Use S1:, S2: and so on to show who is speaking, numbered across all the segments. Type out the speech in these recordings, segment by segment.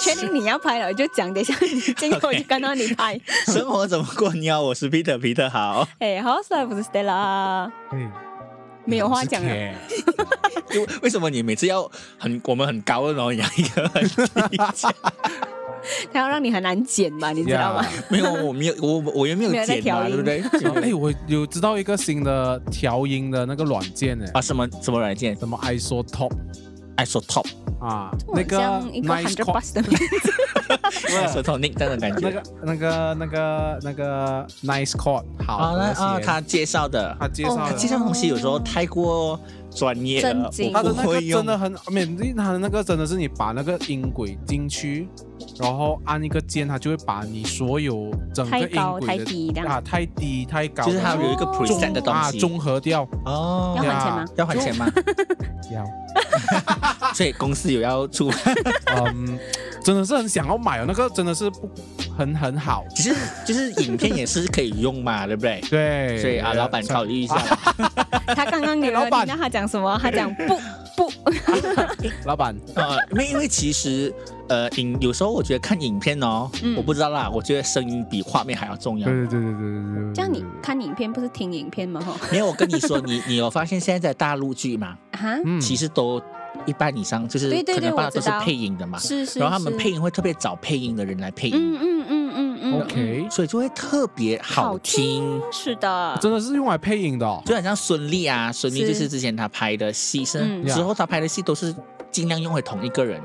S1: 确定你要拍了？就讲等一下， 今天我就
S2: OK
S1: 看到你拍。
S2: 生活怎么过？你好，我是 Peter 皮特好。
S1: 哎、h o w s e Life 是 Stella，
S2: 嗯，
S1: 没有话讲了。
S3: 了。
S2: 因为为什么你每次要很我们很高的，然后你要一个很低下？
S1: 他要让你很难剪嘛，你知道吗
S3: Yeah
S2: 没有，我没有，我我也没有
S1: 没有在
S2: 剪嘛，
S1: 调
S2: 对
S1: 音
S2: 不对？
S3: 哎、我有知道一个新的调音的那个软件呢、
S2: 啊，什么什么软件
S3: 什么 ISO Top
S2: ？Isotop，
S3: 啊，
S1: 我
S3: 那
S1: 很
S3: 个
S1: 像一个
S3: Nice
S1: hundred
S3: Call，
S1: bus 的名字
S2: 哎 Isotonic 那种感
S3: 那
S2: 觉。
S3: 个那个那个那个 Nice Call 好
S2: 啊，
S3: 和
S2: 那
S3: 谐
S2: 啊，他介绍的，
S3: 他介绍
S1: 哦
S2: 他
S3: 的
S2: 介绍的东西有时候太过专业了，
S1: 正经
S2: 我
S3: 他的
S2: 不
S3: 那个
S2: 会用
S3: 真。的很，没，他的那个真的是你把那个音轨进去，然后按一个键，它就会把你所有整个
S1: 太
S3: 音
S1: 高
S3: 轨
S1: 太
S3: 的
S1: 低这样
S3: 啊太低太高的，
S2: 就是它有一个
S1: 哦
S2: preset 的东
S3: 啊
S2: 西
S3: 综合掉，
S2: 哦
S1: 要
S3: 还
S1: 还钱吗？
S2: 要还钱吗？
S3: 要，
S2: 所以公司有要出，
S3: 嗯，真的是很想要买哦，那个真的是不很很好，
S2: 其实就是影片也是可以用嘛，对不对？
S3: 对，呃
S2: 所以啊，老板考虑一下，
S1: 他刚刚 有没有
S3: 老板
S1: 听到他讲什么？他讲 不不，
S3: 老板
S2: 呃，因为因为其实呃影有时候我觉得看影片哦
S1: 嗯，
S2: 我不知道啦，我觉得声音比画面还要重要
S3: 对。对对对对对对，
S1: 这样你看影片不是听影片 吗？吼
S2: 没有，我跟你说，你你有发现现在在大陆剧嘛，
S1: 啊，
S3: 嗯
S2: 其实都一半以上就是
S1: 对对对
S2: 可能大家都
S1: 我知
S2: 是
S1: 道
S2: 配音的嘛，
S1: 是是，
S2: 然后他们
S1: 是
S2: 配音会特别找配音的人来配音
S1: 嗯，嗯嗯嗯嗯
S3: OK，
S2: 所以就会特别好听。
S1: 嗯是的，
S3: 真的是用来配音的哦，
S2: 就很像孙俪啊，孙俪
S1: 是
S2: 就是之前她拍的戏是
S1: 嗯
S2: 之后她拍的戏都是尽量用回同一个人，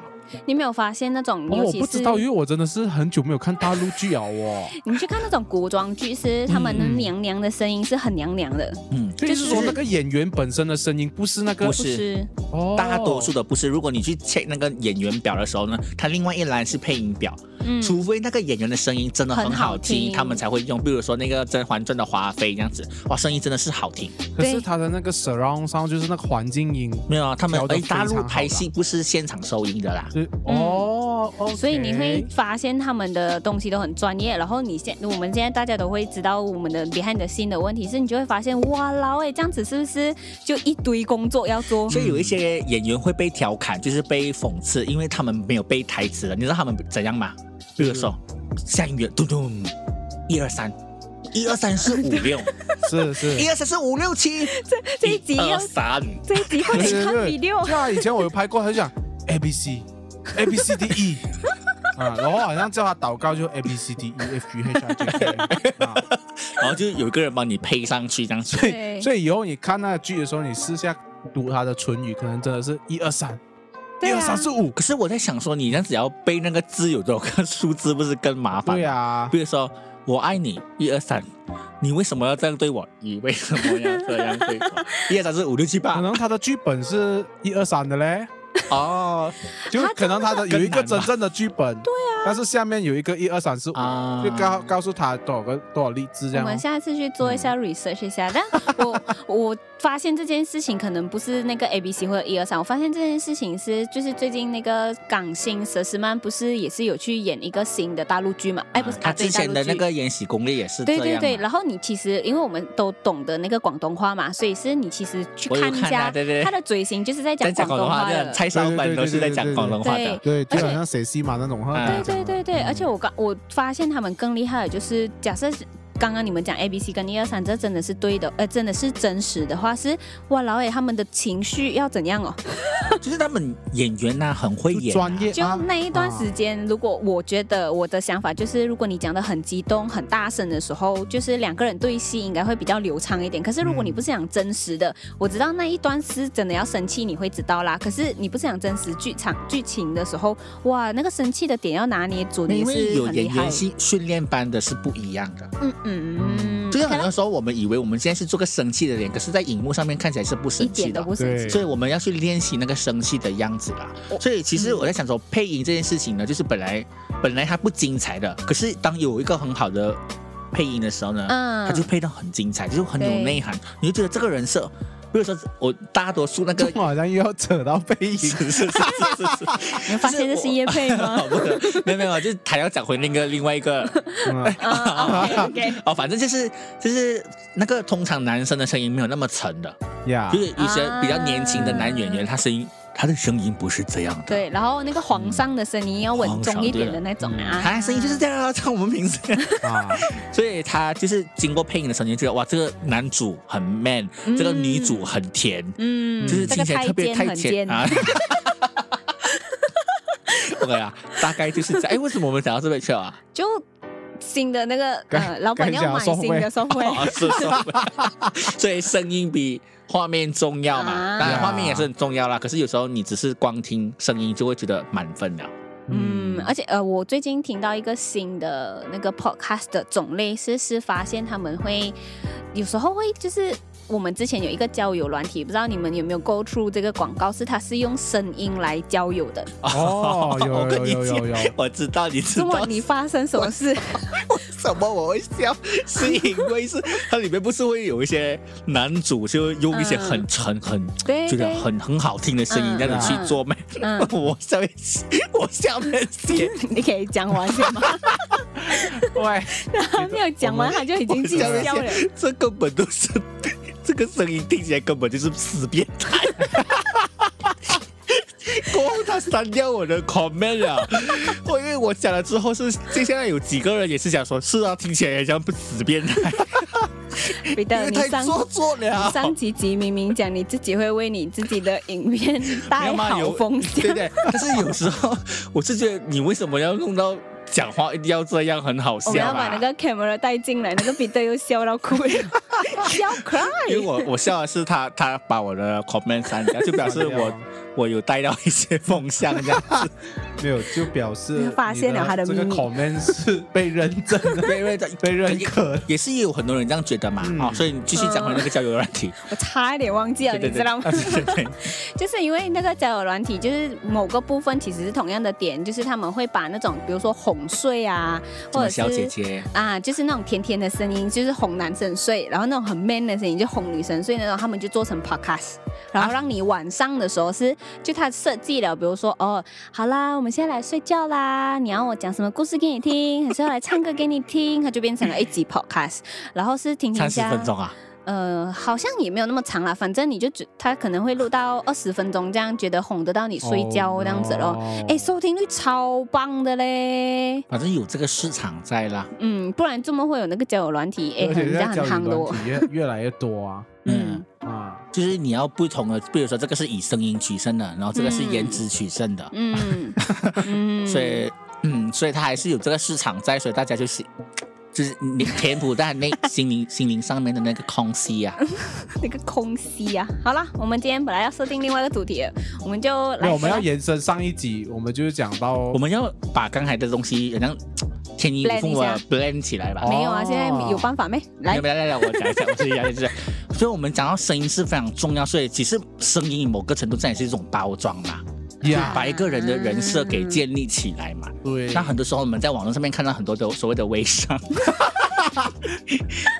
S1: 你没有发现那种，
S3: 哦，
S1: 尤
S3: 我
S1: 其
S3: 不知
S1: 是
S3: 道，因为我真的是很久没有看大陆剧了 哦。
S1: 你去看那种古装剧，是他们的
S3: 嗯
S1: 娘娘的声音是很娘娘的，
S2: 嗯，
S3: 就
S1: 就是
S3: 是说那个演员本身的声音不是那个
S2: 不
S1: 不
S2: 是
S1: 是
S3: 哦，
S2: 大多数的不是。如果你去 check 那个演员表的时候呢，他另外一栏是配音表，
S1: 嗯
S2: 除非那个演员的声音真的很好
S1: 很好
S2: 听，
S1: 听
S2: 他们才会用。比如说那个《甄嬛传》的华妃这样子，哇，声音真的是好听。
S3: 可
S1: 对
S3: 是他的那个 surround sound 就是那个环境音，
S2: 没有啊，他们
S3: 调得
S2: 哎，
S3: 非常
S2: 大
S3: 好
S2: 陆拍
S3: 啦
S2: 戏不是现场收音的啦。
S3: 是哦，OK，
S1: 嗯所以你会发现他们的东西都很专业，然后你现我们现在大家都会知道我们的 behind the scene 的问题是，你就会发现哇老哎，这样子是不是就一堆工作要做？
S2: 所以有一些演员会被调
S3: 嗯
S2: 侃，就是被讽刺，因为他们没有背台词了。你知道他们怎样吗？比如说，
S3: 嗯
S2: 下音乐，咚咚，一二三，一二三四五 六，
S3: 是是。
S2: 一二三四五六七，
S1: 这一集
S2: 一
S1: 要
S2: 二三，
S1: 这一集快
S3: 对
S1: 点
S3: 对
S1: 看
S3: 对
S1: video，
S3: 像以前我有拍过，他就讲 A B C A B C D E 啊，然后好像叫他祷告就 A B C D E F G H I J K L 啊，
S2: 然后就有一个人帮你配上去这样 子。
S1: 对
S3: 所以以后你看那个剧的时候，你试下读他的唇语，可能真的是一二三，一
S1: 对
S3: 二
S1: 啊
S3: 三，四五，
S2: 可是我在想说，你这样只要背那个字有多少个数字，不是更麻烦？
S3: 对。啊，
S2: 比如说，我爱你，一二三，你为什么要这样对我？你为什么要这样对我？一二三四五六七
S3: 可
S2: 八，
S3: 能他的剧本是一二三的嘞。
S2: 哦
S3: 就可能他的有一个真正的剧 本，对
S1: 啊，
S3: 但是下面有一个一二三四五，
S2: 啊，
S3: 就告告诉他多少个多少例子
S1: 我
S3: 这样哦。
S1: 们下一次去做一
S2: 嗯
S1: 下 research 一下，但 我我发现这件事情可能不是那个 A B C 或者一二三，我发现这件事情是就是最近那个港星佘诗曼不是也是有去演一个新的大陆剧嘛？哎，不是，
S2: 他啊之前的那
S1: 大陆剧。
S2: 个《延禧攻略》也是这
S1: 对
S2: 样
S1: 对
S2: 嘛。
S1: 对，然后你其实因为我们都懂得那个广东话嘛，所以是你其实去
S2: 我有
S1: 看一
S2: 看
S1: 下
S2: 啊，对对
S1: 他
S2: 对，
S1: 的嘴型就是在
S2: 在
S1: 讲
S2: 讲
S1: 广
S2: 广东话
S1: 的
S2: 的，。蔡少
S3: 对
S2: 芬
S3: 对
S2: 都是在
S3: 对对
S2: 讲
S3: 对
S2: 广东话
S1: 对。
S2: 的
S3: 对，就
S1: 而且
S3: 好像写戏嘛那种话。
S1: 对
S2: 嗯
S1: 对对对，而且我刚我发现他们更厉害的就是，假设是刚刚你们讲 A B C 跟一二三，这真的是对的，呃，真的是真实的话是哇，老野他们的情绪要怎样哦？
S2: 就是他们演员呐，很会
S3: 就
S2: 演啊。
S3: 专业
S1: 就
S3: 啊
S1: 那一段时间，如果我觉得我的想法就是，如果你讲的很激动、很大声的时候，就是两个人对戏应该会比较流畅一点。可是如果
S3: 嗯
S1: 你不是讲真实的，我知道那一段是真的要生气，你会知道啦。可是你不是讲真实剧场剧情的时候，哇，那个生气的点要拿捏准，也
S2: 因为
S1: 是
S2: 有
S1: 很厉
S2: 演
S1: 害
S2: 员。训训练班的是不一样的，
S1: 嗯嗯，
S2: 就是很多时候我们以为我们现在是做个生气的脸，可是在荧幕上面看起来是不
S1: 一
S2: 生气
S1: 点都
S2: 的，
S1: 不生气。
S2: 所以我们要去练习那个生气的样子啦
S1: 我。
S2: 所以其实我在想说，配音这件事情呢，就是本来本来它不精彩的，可是当有一个很好的配音的时候呢，
S1: 嗯
S2: 他就配到很精彩，就是很有
S1: 对
S2: 内涵，你就觉得这个人设，比如说我大多数那个
S3: 这好像又要扯到背影
S2: 是。是是是是
S1: 你们发现这是叶配吗
S2: 好不可，没有没有，就是还要讲回那个另外一个
S3: 嗯
S1: ？OK OK，
S2: 哦，反正就是就是那个通常男生的声音没有那么沉的，
S3: 呀
S2: 就是一些比较年轻的
S1: 啊
S2: 男演员，他声音他的声音不是这样的。
S1: 对，然后那个皇上的声音要稳重一点的那种啊，
S2: 他声音就是这样啊，唱我们 平时。
S3: 啊，
S2: 所以他就是经过配音的时候，你就觉得哇，这个男主很 man，、这个女主很甜，
S1: 嗯，
S2: 就是
S1: 这
S2: 听
S1: 个
S2: 起来
S1: 太
S2: 特别
S1: 监
S2: 太
S1: 很
S2: 甜
S1: 尖，
S2: 啊。OK 啊，大概就是这样。哎，为什么我们讲到这边去了啊？
S1: 就新的那 个
S3: 该
S1: 呃，老板
S3: 该
S1: 要买
S3: 讲
S1: 新的 software，
S2: 哦，是 是，所以声音比画面重要嘛？
S1: 啊
S2: 当然，画面也是很重要啦。可是有时候你只是光听声音，就会觉得满分了。
S1: 嗯，而且呃，我最近听到一个新的那个 podcast 的种类是是发现他们会有时候会就是。我们之前有一个交友软体，不知道你们有没有 go through 这个广告，是它是用声音来交友的。
S3: 哦有
S2: 我跟你
S3: 有有有
S2: 讲
S3: 有
S2: 我知道，你知
S1: 这
S2: 道
S1: 么你发生什么 事？
S2: 什么我会笑， 是因为是它里面不是会有一些男主就用一些很沉很
S1: 对
S2: 觉得
S1: 对，
S2: 很很好听的声音
S1: 嗯
S2: 那种去做咩？
S1: 嗯
S2: 我下面我下面写，
S1: 你可以讲完 先吗？
S2: 喂，
S1: 还 没有讲完，他就已经
S2: 我
S1: 进
S2: 下面
S1: 销了。
S2: 写，这根本都是这个声音听起来根本就是死变态。 过后他删掉我的 comment 了，我因为我讲了之后是，接下来有几个人也是想说，是啊，听起来也像不死变态，
S1: 彼
S2: 因
S1: 得，
S2: 为
S1: 你
S2: 太
S1: 上
S2: 做作了
S1: 你。上几集明明讲你自己会为你自己的影片
S2: 没
S1: 带
S2: 有嘛
S1: 好
S2: 有
S1: 风
S2: 对
S1: 向，
S2: 对，但是有时候我是觉得你为什么要弄到讲话一定要这样，很 好
S1: 我
S2: 笑
S1: 们要把
S2: 嘛
S1: 那个 camera 带进来，那个彼得又笑到 哭了，笑
S2: 因为
S1: cry。
S2: 我我笑的是他，他把我的 comment 删掉，就表示我我有带到一些风向 这样子。
S3: 没有，就表示
S1: 发现了他的
S3: 你这个
S1: 秘密
S3: comment 是被认证的，
S2: 对，因为在
S3: 被认可的。
S2: 也是有很多人这样觉得嘛，啊、
S3: 嗯
S2: 所以你继续讲回那个交友软体，
S1: 我差一点忘记了，
S2: 对对
S1: 你
S2: 对，
S1: 知道吗
S2: 啊？ 对对对，
S1: 就是因为那个交友软体，就是某个部分其实是同样的点，就是他们会把那种比如说哄睡啊，
S2: 什
S1: 或
S2: 么
S1: 者
S2: 小姐
S1: 是
S2: 姐，
S1: 啊，就是那种甜甜的声音，就是哄男生睡，然后那种很 man 的声音就哄女生睡那种，他们就做成 podcast，然后让你晚上的时候是就他设计了，比如说哦，好啦，我们现在来睡觉啦，你要我讲什么故事给你听，还是要来唱歌给你听，它就变成了一集 podcast，然后是听听
S2: 三十
S1: 下，
S2: 分钟啊，
S1: 呃，好像也没有那么长啦，反正你就只他可能会录到二十分钟这样，觉得哄得到你睡觉这样子咯。
S3: 哦
S1: 哎、收听率超棒的嘞！
S2: 反正有这个市场在啦。
S1: 嗯，不然怎么会有那个交友软 体？哎、
S3: 而且
S1: 很
S3: 现
S1: 像很
S3: 在交友
S1: 夯的
S3: 软
S1: 哦。
S3: 体越越来越多啊
S2: 嗯
S1: 嗯，
S3: 啊！
S2: 就是你要不同的，比如说这个是以声音取胜的，然后这个是颜值取胜的，
S1: 嗯 嗯，
S2: 所以嗯，所以它还是有这个市场在，所以大家就是。就是你填补在那心灵心灵上面的那个空隙啊，
S1: 那个空隙啊。好了，我们今天本来要设定另外一个主题了，我们就
S3: 没
S1: 来
S3: 有，我们要延伸上一集，我们就是讲到
S2: 我们要把刚才的东西好像天衣无缝的 blend 起来吧。
S3: 哦
S1: 没有啊？现在有办法没？来
S2: 来，来来来，我讲一下，我自己讲一下。所以我们讲到声音是非常重要，所以其实声音某个程度上也是一种包装嘛，
S3: 呀，
S2: 把一个人的人设给建立起来嘛。
S3: 对，
S2: 那很多时候我们在网络上面看到很多的所谓的微商，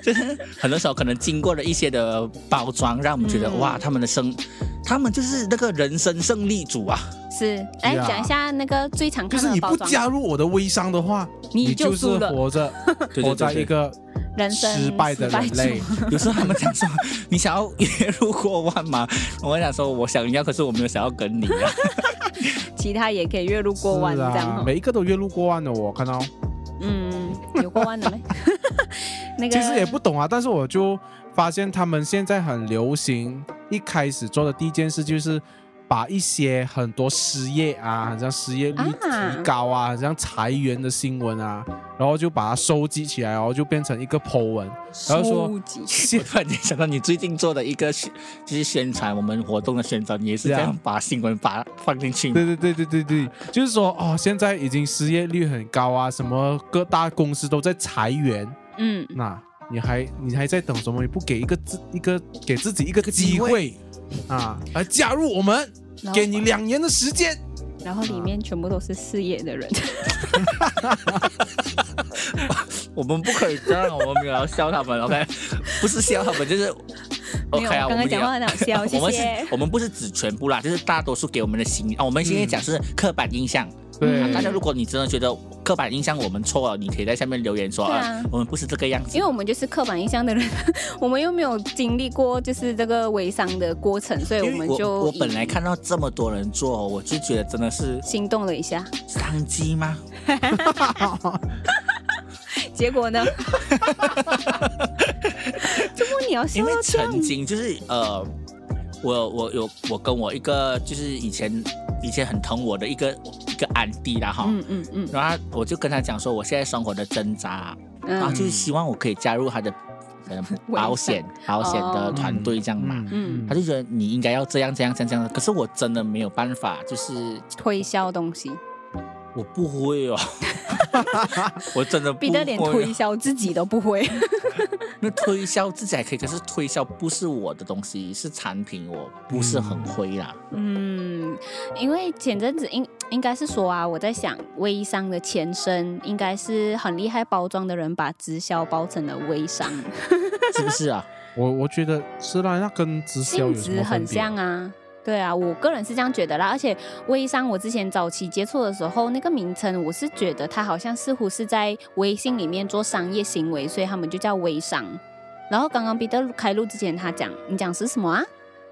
S2: 就是很多时候可能经过了一些的包装，让我们觉得、
S1: 嗯
S2: 哇，他们的生，他们就是那个人生胜利组啊，
S1: 是来
S3: 呀
S1: 讲一下那个最常
S3: 就
S1: 看
S3: 是
S1: 到
S3: 你
S1: 的包
S3: 不
S1: 装，
S3: 加入我的微商的话，你
S1: 就是输了。
S3: 活着
S2: 对对
S3: 活在一个
S1: 人生
S3: 失败的人
S1: 失败
S3: 类
S1: 组。
S2: 有时候他们讲说你想要月入过万吗？我想说我想要，可是我没有想要跟你 啊。
S1: 其他也可以月入过万
S3: 是
S1: 这样
S3: 啊，
S1: 哦。
S3: 每一个都月入过万的，我看到
S1: 嗯，有过万的 没？那个
S3: 其实也不懂啊，但是我就发现他们现在很流行，一开始做的第一件事就是把一些很多失业啊，好像失业率
S1: 啊
S3: 提高啊，好像裁员的新闻啊，然后就把它收集起来，然后就变成一个 po 文，然后说
S1: 收集
S2: 我
S3: 现
S2: 突然间想到你最近做的一个宣，就是宣传我们活动的宣传，你也是这
S3: 对啊
S2: 样把新闻把它放进去吗。
S3: 对对对对对对，就是说哦，现在已经失业率很高啊，什么各大公司都在裁员，
S1: 嗯，
S3: 那你还你还在等什么？你不给一个自一个给自己一个机会 啊，来加入我们，
S1: 然后
S3: 给你两年的时间。
S1: 然后里面全部都是事业的人，
S2: 我们不可以这样，我们没有要笑他们，OK？不是笑他们，就是
S1: 没有，
S2: OK 啊。
S1: 我刚
S2: 我
S1: 刚
S2: 们也
S1: 讲
S2: 要
S1: 话很好笑，谢
S2: 我们是
S1: 谢。
S2: 哦我们不是指全部啦，就是大多数给我们的心啊。我们今天讲是刻板印象，
S1: 嗯
S3: 对，
S2: 大家如果你真的觉得刻板印象我们错了，你可以在下面留言说
S1: 对啊
S2: 啊，我们不是这个样子
S1: 因为。我们就是刻板印象的人， 我们又没有经历过就是这个微商的过程，所以我
S2: 因为
S1: 们
S2: 我
S1: 就
S2: 我本来
S1: 以
S2: 看到这么多人做哦，我就觉得真的是
S1: 心动了一下，
S2: 商机吗？
S1: 结果呢？ 周末你要笑
S2: 因为
S1: 到这样
S2: 曾经就是呃，我我有我跟我一个就是以前以前很疼我的一个一个安迪啦哈，
S1: 嗯嗯嗯
S2: 然后他我就跟他讲说我现在生活的挣扎，然后
S1: 嗯
S2: 就是希望我可以加入他的 呃保险保险的团队这样嘛。
S1: 哦嗯
S2: 他就觉得你应该要这样这样这样这样，可是我真的没有办法，就是
S1: 推销东西，
S2: 我不会 哦，我真的不会
S1: 彼
S2: 哦
S1: 得连推销自己都不会。
S2: 那推销自己还可以，可是推销不是我的东西，是产品，我不是很 会啦。
S1: 嗯，因为前阵子应应该是说啊，我在想微商的前身应该是很厉害包装的人把直销包成了微商，
S2: 是不是啊？
S3: 我我觉得是啦，那跟直销
S1: 性
S3: 有什
S1: 质
S3: 么分
S1: 很
S3: 别？
S1: 像啊。对啊，我个人是这样觉得啦。而且微商，我之前早期接触的时候，那个名称我是觉得它好像似乎是在微信里面做商业行为，所以他们就叫微商。然后刚刚彼得开录之前，他讲你讲是什么啊？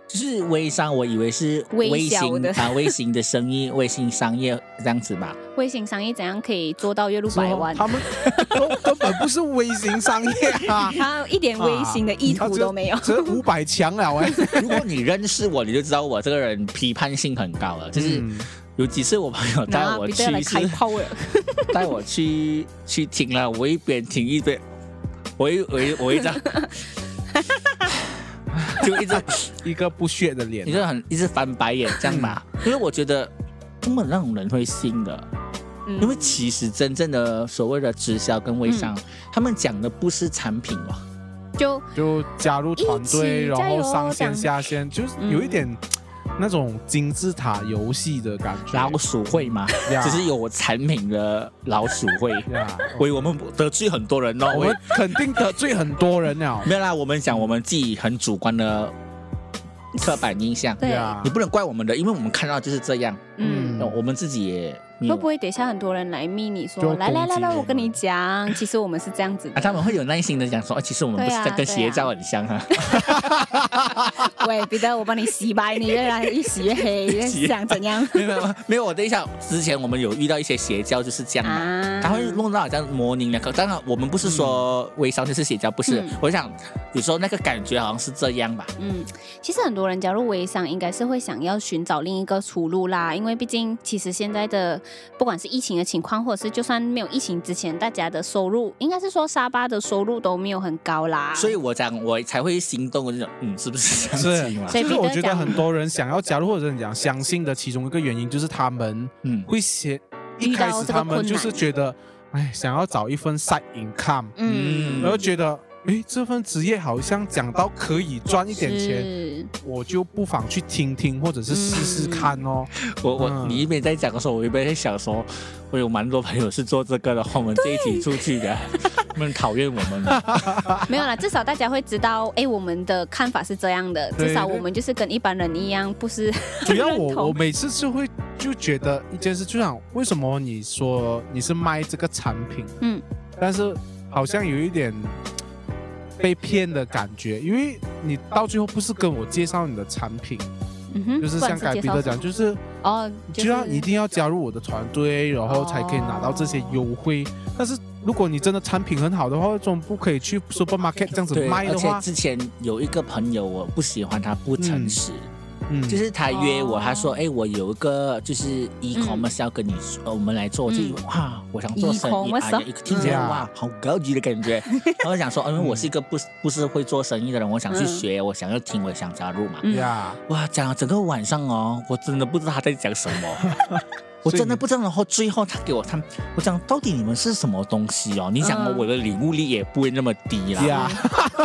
S2: 就是微商，我以为是微
S1: 微小
S2: 型
S1: 的
S2: 啊，微型的生意，微型商业这样子吧。
S1: 微型商业怎样可以做到月入
S3: 是哦
S1: 百万？
S3: 他们 根根本不是微型商业 啊，
S1: 他一点微型的意图都没有。
S3: 只五百强了哎，
S2: 如果你认识我，你就知道我这个人批判性很高了。就是
S3: 嗯
S2: 有几次我朋友带
S1: 然后
S2: 我
S1: 彼
S2: 去
S1: 得来开
S2: 是
S1: 炮了，
S2: 带我去去听了，我一边听一边，我一我一我一张就一直
S3: 一个不屑的脸啊
S2: 你，就很一直翻白眼这样吧，因为我觉得根本那种人会信的，
S1: 嗯
S2: 因为其实真正的所谓的直销跟微商，他们讲的不是产品哦，
S1: 就
S3: 就加入团
S1: 一
S3: 队，
S1: 起
S3: 然
S1: 加
S3: 后
S1: 油
S3: 上
S1: 这
S3: 线
S1: 样
S3: 下线，就是有一点那种金字塔游戏的感觉。
S2: 老鼠会嘛
S3: 呀，
S2: 只是有产品的老鼠会，
S3: 呀，
S2: 喂，我们得罪很多人哦，
S3: 我
S2: 喂
S3: 们肯定得罪很多人了。
S2: 没有啦，我们讲我们自己很主观的刻板印象，
S1: 对，
S3: 呀
S2: 你不能怪我们的，因为我们看到就是这样，
S1: 嗯。
S2: 我们自己也
S1: 会
S2: 没有
S1: 不会等一下很多人来密你
S3: 就
S1: 说
S3: 攻击
S1: 来来来来，
S3: 你
S1: 我跟你讲，其实我们是这样子
S2: 啊，
S1: 的。
S2: 他们会有耐心的讲说，哎，其实我们不是
S1: 对啊
S2: 在跟
S1: 对啊
S2: 邪教很像啊。
S1: 喂，彼得，我帮你洗白，你越来越洗越黑，越想怎样
S2: 没有没有没有，我等一下，之前我们有遇到一些邪教就是这样 嘛，
S1: 啊？
S2: 他会弄到好像模棱两可。当然，我们不是说微商就是邪教，不是
S1: 嗯。
S2: 我想有时候那个感觉好像是这样吧。
S1: 嗯，其实很多人加入微商，应该是会想要寻找另一个出路啦，因为毕竟其实现在的不管是疫情的情况，或者是就算没有疫情之前，大家的收入应该是说沙巴的收入都没有很高啦，
S2: 所以我讲我才会心动，我就想，嗯，是不是这样子嘛？
S1: 所以彼
S3: 就是
S1: 得
S3: 我觉得
S1: 讲
S3: 很多人想要加入或者你讲相信的其中一个原因，就是他们
S2: 嗯，
S3: 会先一
S1: 遇
S3: 开
S1: 到
S3: 始
S1: 这个
S3: 他们
S1: 困
S3: 就是
S1: 难
S3: 觉得，哎，想要找一份 side income，
S1: 嗯，
S3: 然后觉得，哎，这份职业好像讲到可以赚一点钱，
S1: 是嗯
S3: 我就不妨去听听或者是试试看哦。
S2: 我我
S3: 嗯
S2: 你一边在讲的时候，我一边在想说，我有蛮多朋友是做这个的，我们这一起出去 的，他们讨厌我们了。
S1: 没有啦，至少大家会知道，哎，我们的看法是这样的，
S3: 对
S1: 至少我们就是跟一般人一样，不是
S3: 主要
S1: 认
S3: 我
S1: 同
S3: 我每次就会就觉得一件事，就想为什么你说你是卖这个产品，
S1: 嗯，
S3: 但是好像有一点被骗的感觉，因为你到最后不是跟我介绍你的产品，
S1: 嗯哼，
S3: 就是
S1: 不
S3: 像
S1: 然是
S3: 改
S1: 介
S3: 彼
S1: 绍
S3: 得
S1: 什么
S3: 讲，就是
S1: 哦，
S3: 就要一定要加入我的团队，然后才可以拿到这
S1: 哦
S3: 些优惠。但是如果你真的产品很好的话，为什么不可以去 supermarket 这样子
S2: 对，
S3: 卖
S2: 而
S3: 的
S2: 且
S3: 话？
S2: 之前有一个朋友，我不喜欢他不诚实。
S3: 嗯，
S2: 就是他约我，
S1: 哦
S2: 他说：“哎，我有一个就是 e-commerce 要跟你说，呃我们来做。”我就以为哇，我想做生意
S1: e-commerce
S2: 啊，有一个听起来
S3: 嗯
S2: 哇，好高级的感 觉。然后想说，因为我是一个不不是会做生意的人，我想去学，我想要听，我也想加入嘛。
S1: 嗯
S3: 呀，
S2: 哇，讲了整个晚上哦，我真的不知道他在讲什么。我真的不知道，然后最后他给我他，我讲到底你们是什么东西哦？你想
S1: 嗯
S2: 我的领悟力也不会那么低啦。
S3: 呀，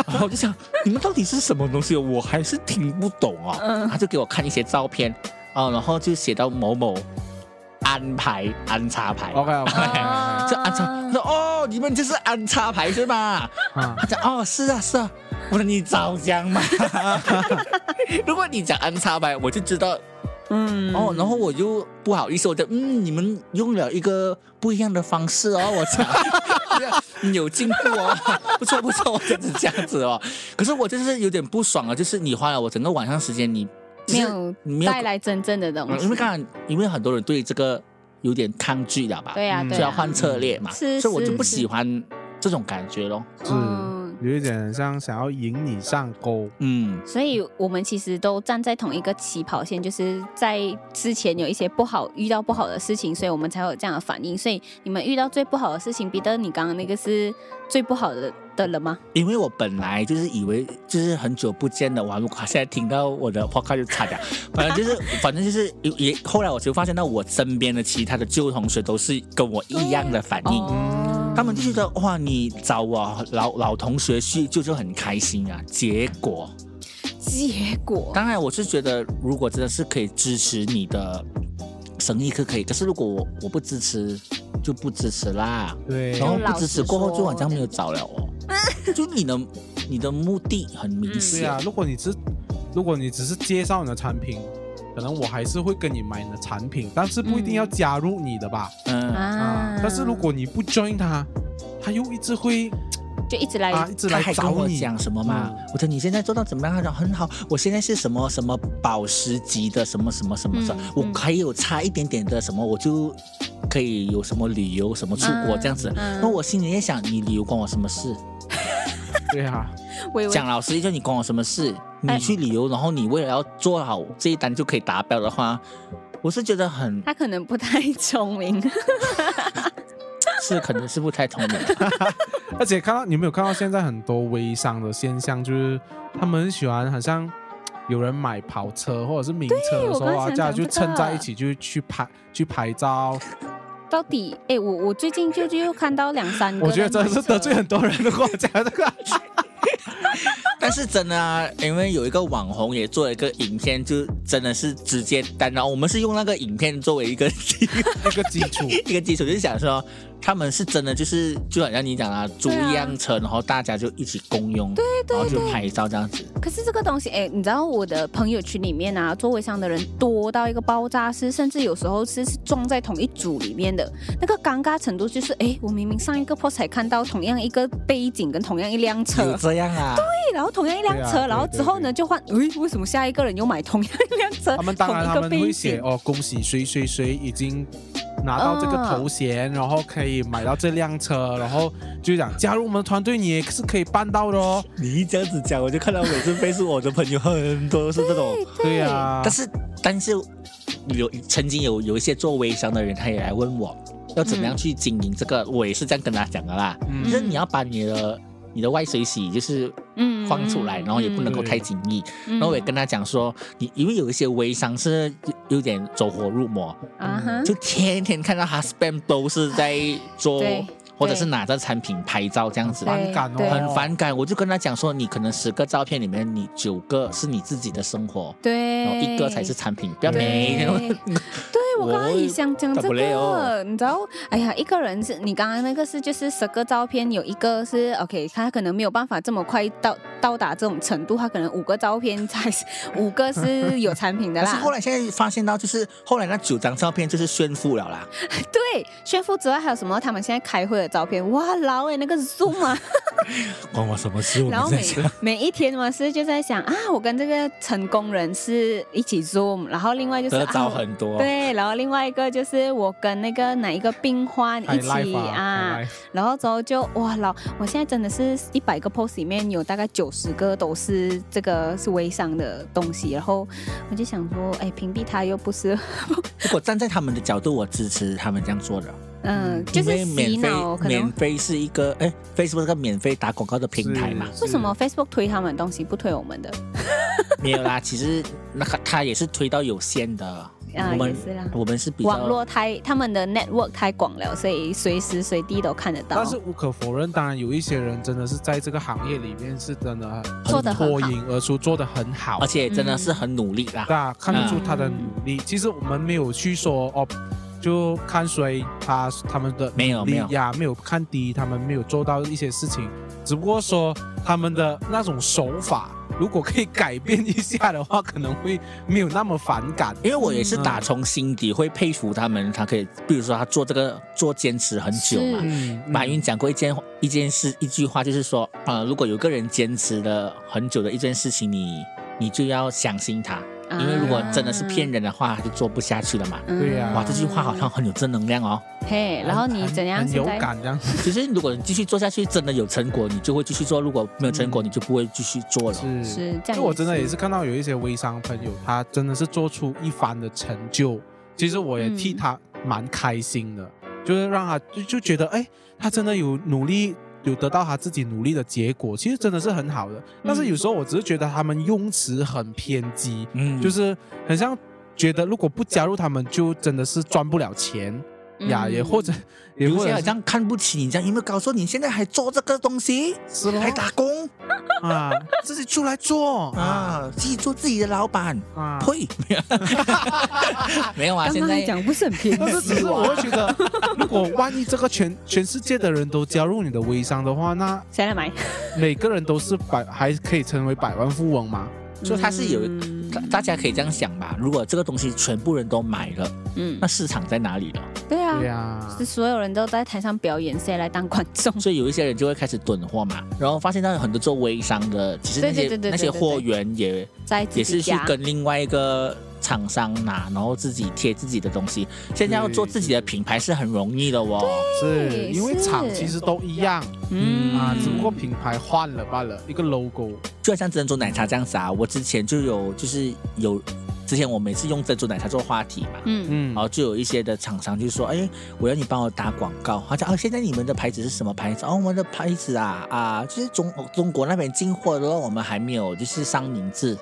S2: 然 后我就想，你们到底是什么东西？我还是听不懂哦。
S1: 嗯
S2: 他就给我看一些照片，哦，然后就写到某某安排安插牌，
S3: OK OK，
S1: 啊
S2: 这安插，他说哦，你们就是安插牌是吧？他讲哦，是啊是啊， 我说你早讲嘛。如果你讲安插牌，我就知道
S1: 嗯，
S2: 哦，然后我就不好意思，我就嗯，你们用了一个不一样的方式哦，我讲。对啊你有进步哦，不错不错，我就只这样子哦。 可是我就是有点不爽啊，就是你花了我整个晚上时间，你
S1: 没有
S2: 你没有
S1: 嗯带来真正的东
S2: 嗯
S1: 西，
S2: 因为刚才因为很多人对这个有点抗拒了吧？
S1: 对呀、
S3: 嗯
S1: 对啊
S2: 就要
S1: 呀、
S2: 换策略嘛，
S1: 是
S2: 所以我就是不
S1: 是
S2: 喜欢这种感觉咯。
S3: 是
S1: 嗯，
S3: 有一点像想要引你上钩。
S2: 嗯，
S1: 所以我们其实都站在同一个起跑线，就是在之前有一些不好遇到不好的事情，所以我们才会有这样的反应。所以你们遇到最不好的事情，彼得，你刚刚那个是最不好的的了吗？
S2: 因为我本来就是以为就是很久不见的玩，我现在听到我的 podcast 就差点， 反正就是反正就是也也后来我就发现到我身边的其他的旧同学都是跟我一样的反应。
S1: 哦
S2: 他们就觉得哇，你找我老老同学叙旧就很开心啊。结果，
S1: 结果
S2: 当然我是觉得，如果真的是可以支持你的生意可可以，可是如果我我不支持，就不支持啦。
S3: 对
S2: 然后
S1: 老
S2: 不支
S1: 实
S2: 持过后就
S1: 说
S2: 好像没有找了 哦，就你的你的目的很明
S1: 嗯
S3: 对
S2: 显，
S3: 啊，如果你只如果你只是介绍你的产品，可能我还是会跟你买你的产品，但是不一定要加入你的吧。
S2: 嗯，
S1: 啊
S3: 啊，，但是如果你不 join 他，他又一直会
S1: 就一直来
S3: 啊一直
S2: 哎他
S3: 来
S2: 还跟
S3: 找
S2: 我
S3: 你。嗯
S2: 讲什么嘛？我说你现在做到怎么样？他讲很好，我现在是什么什么宝石级的什么什么什么什么
S1: 嗯，
S2: 我
S1: 嗯
S2: 还有差一点点的什么，我就可以有什么旅游什么出国这样子。
S1: 嗯
S2: 那我心里在想，你旅游关我什么事？
S3: 对啊，
S1: 微微
S2: 讲老实一句，你关我什么事？你
S1: 哎
S2: 去旅游，然后你为了要做好这一单就可以达标的话，我是觉得很
S1: 他可能不太聪明，
S2: 是可能是不太聪明的。
S3: 而且看到你有没有看到现在很多微商的现象，就是他们很喜欢好像。有人买跑车或者是名车的时候
S1: 我刚
S3: 啊，
S1: 想
S3: 这样
S1: 讲这
S3: 就
S1: 个
S3: 蹭在一起就去拍去拍照，
S1: 到底哎，我我最近就就又看到两三个，
S3: 我觉得真的是得罪很多人的话讲这个。
S2: 但是真的啊，因为有一个网红也做了一个影片，就真的是直接单然后我们是用那个影片作为一个
S3: 一个基 础。
S2: 一个基础，就是想说他们是真的就是就好像你讲啊，租一辆车，然后大家就一起共用，对对然后就拍照这样子。
S1: 可是这个东西，哎，你知道我的朋友群里面啊，做微商的人多到一个爆炸是，甚至有时候是是撞在同一组里面的，那个尴尬程度就是，哎，我明明上一个 post 才看到同样一个背景跟同样一辆车
S2: 有，这样啊？
S1: 对，然后同样一辆
S3: 对啊
S1: 车，
S3: 对
S1: 然后之后呢
S3: 对对
S1: 就换，诶，为什么下一个人又买同样一辆 车？
S3: 他们当
S1: 同
S3: 然
S1: 一
S3: 他
S1: 个
S3: 们
S1: 背
S3: 会
S1: 景
S3: 写哦，恭喜谁谁谁已经拿到这个头衔，然后可以买到这辆车，然后就讲加入我们团队，你也是可以办到的哦。
S2: 你一这样子讲，我就看到每次飞速我的朋友很多是这种，
S3: 对呀、啊，
S2: 但是但是有曾经有有一些做微商的人，他也来问我要怎么样去经营这个，我也是这样跟他讲的啦。就
S3: 嗯
S2: 是你要把你的你的外水洗就是
S1: 嗯
S2: 放出来，然后也不能够太紧密。然后我也跟他讲说，你因为有一些微商是有有点走火入魔，
S1: 啊哈，
S2: 就天天看到他 spam 都是在做
S1: 对，
S2: 或者是拿着产品拍照这样子。
S1: 对
S3: 反感哦
S1: 对
S2: 很反感，我就跟他讲说，你可能十个照片里面，你九个是你自己的生活，
S1: 对，
S2: 然后一个才是产品，不要
S1: 对
S2: 每 天都
S1: 哎对，我刚刚也想讲这
S2: 我会打不累
S1: 个
S2: 哦，
S1: 你知道，哎呀，一个人是你刚刚那个是就是十个照片有一个是 OK，他可能没有办法这么快到到达这种程度，他可能五个照片才 是五个是有产品的
S2: 但是
S1: 啦
S2: 后。来现在发现到，就是后来那九张照片就是炫富 了啦，
S1: 对，炫富之外还有什么？他们现在开会的照片，哇，老哎，那个 Zoom 啊，
S2: 关我什么事？ 我
S1: 然后
S2: 们在
S1: 每
S2: 家。
S1: 每一天我是就在想啊，我跟这个成功人士一起 Zoom，然后另外就是
S2: 得
S1: 啊
S2: 着
S1: 我
S2: 很多，
S1: 对，然后另外一个就是我跟那个哪一个病患
S3: 太
S1: 一
S3: life
S1: 起
S3: 啊，太 life
S1: 然后之后就哇老，我现在真的是一百个 post 里面有大概九十个都是这个是微商的东西，然后我就想说，哎，屏蔽它又不是，
S2: 如果站在他们的角度，我支持他们这样做的，
S1: 嗯，就
S2: 因
S1: 是
S2: 为
S1: 洗
S2: 免费
S1: 脑可能
S2: 免。费是一个哎，Facebook 是个免费打广告的平台嘛，
S1: 为什么？Facebook 推他们的东西不推我们的？
S2: 没有啦，其实那个他也是推到有限的，
S1: 啊
S2: 我们
S1: 也是啦
S2: 我们是比较
S1: 网络太他们的 network 太广了，所以随时随地都看得到。
S3: 但是无可否认，当然有一些人真的是在这个行业里面是真的
S1: 做得很好
S3: 脱颖而出，做得很好
S2: 而，且真的是很努力啦。
S3: 对啊，看得出他的努力。其实我们没有去说哦，就看谁他他们的
S2: 没有
S3: 努力
S2: 没有
S3: 呀，没有看低，他们没有做到一些事情，只不过说他们的那种手法如果可以改变一下的话，可能会没有那么反感。
S2: 因为我也是打从心底会佩服他们，他可以，比如说他做这个做坚持很久嘛
S1: 是。
S3: 嗯，
S2: 马云讲过一件一件事一句话，就是说，呃，如果有个人坚持了很久的一件事情，你你就要相信他，因为如果真的是
S3: 啊
S2: 骗人的话，他就做不下去了嘛。
S1: 嗯，
S3: 对呀
S2: 哇，这句话好像很有正能量哦。
S1: 嘿，然后你怎样
S3: 很有
S1: 现在？
S3: 感这样。
S2: 其实如果你继续做下去，真的有成果，你就会继续做；如果没有成果，你就不会继续做了。
S3: 是
S1: 是
S2: 嗯
S1: 这样
S3: 就我真的也是看到有一些微商朋友，他真的是做出一番的成就，其实我也替
S1: 嗯
S3: 他蛮开心的，就是让他就就觉得哎，他真的有努力。有得到他自己努力的结果，其实真的是很好的。但是有时候我只是觉得他们用词很偏激，
S2: 嗯，
S3: 就是很像觉得如果不加入他们，就真的是赚不了钱
S1: 嗯
S3: 呀，也或 者也
S2: 有
S3: 或
S2: 些
S3: 者
S2: 好像看不起你这样，有没有搞错？你现在还做这个东西，
S3: 是咯
S2: 还打工
S3: 啊，自己出来做啊
S2: 啊？自己做自己的老板，
S3: 啊，
S2: 呸！ 没有，没有啊，
S1: 刚
S2: 现
S1: 刚
S2: 在
S1: 还讲不是很 偏
S3: 但是只
S1: 激
S3: 是我会觉得，如果万一这个全全世界的人都加入你的微商的话，那
S1: 谁来
S2: 嗯
S1: 买？
S3: 每个人都是百还可以成为百万富翁嘛？
S2: 所以它是有
S1: 嗯
S2: 大大家可以这样想吧，如果这个东西全部人都买了，
S1: 嗯
S2: 那，市场在哪里了？
S1: 对啊
S3: 对，呀、
S1: 是所有人都在台上表演，谁来当观众？
S2: 所以有一些人就会开始囤货嘛，然后发现到有很多做微商的，其实那
S1: 对对
S2: 些
S1: 对对对
S2: 那些货源也
S1: 在自
S2: 也是
S1: 己
S2: 去
S1: 家。
S2: 跟另外一个厂商拿，然后自己贴自己的东西。现在要做自己的品牌是很容易的哦，
S3: 是因为
S1: 是
S3: 厂其实都一样
S2: 嗯
S3: 啊，只不过品牌换了罢了，一个 logo。
S2: 就好像珍珠奶茶这样子啊。我之前就有就是有，之前我每次用珍珠奶茶做话题嘛。
S1: 嗯
S3: 嗯
S2: 然，后就有一些的厂商就说，哎，我要你帮我打广告。他讲，哦，现在你们的牌子是什么牌子？哦，我们的牌子啊啊，就是中中国那边进货的话，我们还没有就是上名字。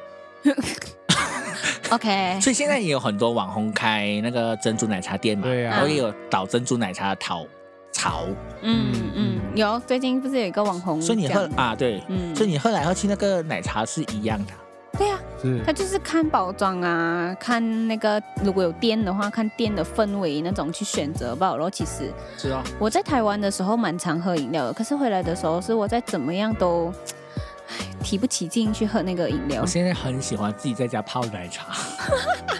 S1: ，OK，
S2: 所以现在也有很多网红开那个珍珠奶茶店嘛，
S3: 对啊
S2: 然后也有倒珍珠奶茶的淘潮，
S1: 嗯
S3: 嗯
S1: 嗯，有最近不是有一个网红，
S2: 所以你喝，啊对，
S1: 嗯，
S2: 所以你喝来喝去那个奶茶是一样的。
S1: 对啊，
S3: 是
S1: 他就是看包装啊，看那个如果有店的话，看店的氛围那种去选择吧。然后其实
S2: 是哦，
S1: 我在台湾的时候蛮常喝饮料的，可是回来的时候是我在怎么样都，唉，提不起劲去喝那个饮料
S2: 我。现在很喜欢自己在家泡奶茶，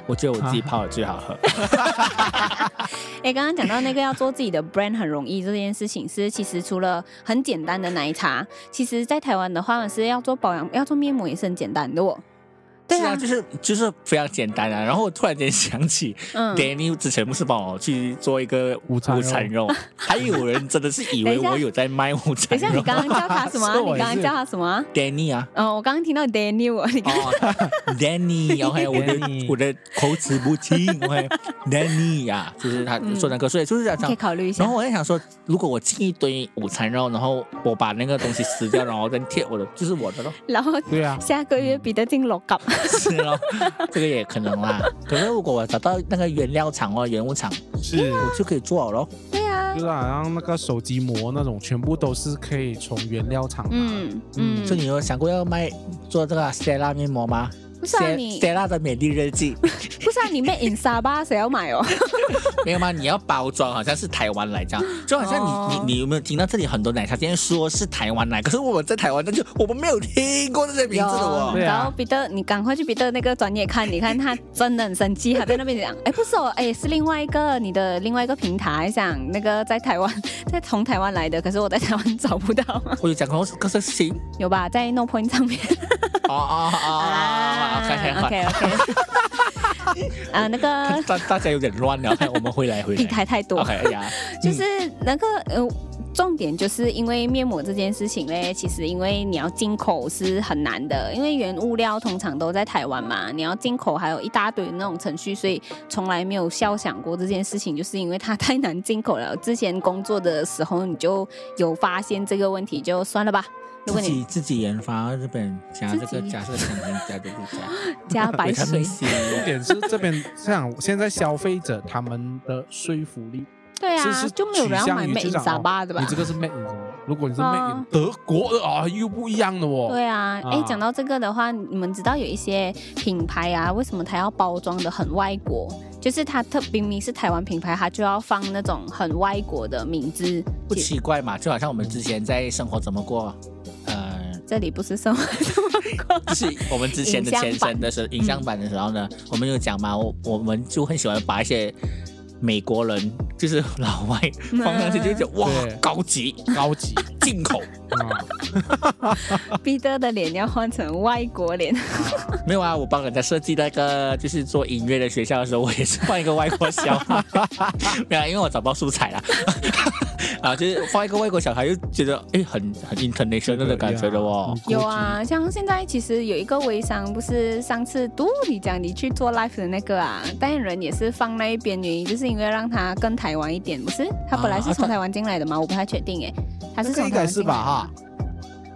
S2: 我觉得我自己泡的最好喝。
S1: 哎，刚刚讲到那个要做自己的 brand 很容易这件事情是，其实除了很简单的奶茶，其实在台湾的话是要做保养、要做面膜也是很简单的哦。 对
S2: 是啊，就是就是非常简单啊。然后我突然间想起、
S1: 嗯，
S2: Danny 之前不是帮我去做一个
S3: 午餐肉？
S2: 午 餐肉，还有人真的是以
S1: 等
S2: 为
S1: 一下
S2: 我有在卖午
S1: 等
S2: 餐
S1: 一下，你
S2: 肉。
S1: 刚刚叫他什么啊
S3: 是
S1: 你
S3: 我
S1: 刚
S3: 也是
S1: 刚叫他什么啊？
S2: Danny 啊，
S1: 哦，我刚刚听到 Daniel，你刚
S2: 哦 ，Danny，OK，、我的
S3: Danny
S2: 我的口齿不清，OK，Danny 呀、就是他
S1: 嗯
S2: 说那个，所以就是这
S1: 可以
S2: 样。
S1: 考虑一下
S2: 然后。我在想说，如果我进一堆午餐肉，然后我把那个东西撕掉，然后再贴我的，就是我的咯，
S1: 然后
S3: 对啊，
S1: 下个月彼得进六甲，
S2: 是咯，这个也可能啦。可是如果我找到那个原料厂或原物厂，
S3: 是
S2: 我就可以做好咯。
S1: 对啊
S3: 就，是好像那个手机膜那种，全部都是可以从原料厂拿。
S1: 嗯嗯，
S2: 所以你有想过要卖做这个 Stella 面膜吗
S1: 不是啊你，
S2: ？Stella 的美丽日记
S1: 不是啊你妹 in 沙巴谁要买哦？
S2: 没有吗？你要包装，好像是台湾来这样，就好像你、
S1: 哦
S2: 你你有没有听到这里很多奶茶店说是台湾来，可是我们在台湾，那就我们没有听过这些名字的哦
S3: 对。啊
S1: 然后彼得，你赶快去彼得那个专业看，你看他真的很生气，他在那边讲，哎，不是哦，哎，是另外一个你的另外一个平台，想那个在台湾， 在从台湾来的，可是我在台湾找不到，
S2: 我有讲过这个事情，
S1: 有吧？在 No Point 上面
S2: 哦哦哦哦
S3: 啊
S2: 哦，快快快，
S1: ，OK OK，啊，那 个
S2: 大大家有点乱了，我们回来回来。
S1: 平台 太多
S2: OK 哎呀，
S1: 就是那个呃，重点就是因为面膜这件事情嘞，其实因为你要进口是很难的，因为原物料通常都在台湾嘛，你要进口还有一大堆那种程序，所以从来没有肖想过这件事情，就是因为它 太难进口了。之前工作的时候你就有发现这个问题，就算了吧。如果
S2: 自
S1: 你
S2: 己自己研发日本加这个
S1: 自己
S2: 加这个香精加这个加
S1: 加白
S2: 维他
S1: 水
S2: 命，C，
S3: 重点是这边像现在消费者他们的说服力
S1: 对
S3: 是
S1: 啊
S3: 是，
S1: 就没有人要买 Made
S3: 美
S1: in 沙巴的吧
S3: 哦你？这个是 made in 什么？如果你是
S1: 啊
S3: made in 德国的啊，又不一样的哦。
S1: 对啊，哎、
S3: 啊
S1: 讲到这个的话，你们知道有一些品牌啊，为什么它要包装的很外国？就是它特明明是台湾品牌，它就要放那种很外国的名字。
S2: 不
S1: 其
S2: 奇怪嘛，就好像我们之前在生活怎么过，呃，
S1: 这里不是 生活的广告
S2: 就。是我们之前的
S1: 影像嗯
S2: 前身的时候，影像版的时候呢，我们有讲嘛，我我们就很喜欢把一些美国人，就是老外
S1: 嗯
S2: 放上去，就觉得哇
S3: 对，
S2: 高级
S3: 高 级
S2: 进口。
S3: 啊，
S1: 彼得的脸要换成外国脸，
S2: 没有啊，我帮人家设计那个就是做音乐的学校的时候，我也是放一个外国小孩， 没有啊，因 为我找不到素材啦。啊，就是放一个外国小孩，又觉得哎，很很 international 的感觉的哦。
S3: 对呀
S1: 有，啊，像现在其实有一个微商，不是上次嘟你讲你去做 live 的那个啊，代言人也是放那一边，原因就是因为让他更台湾一点，不是？他本来是
S2: 啊
S1: 从
S2: 他
S1: 台湾进来的嘛，我不太确定哎，他是
S3: 这
S1: 从台湾
S3: 个应该是
S1: 进来的
S3: 吧
S1: 嘛？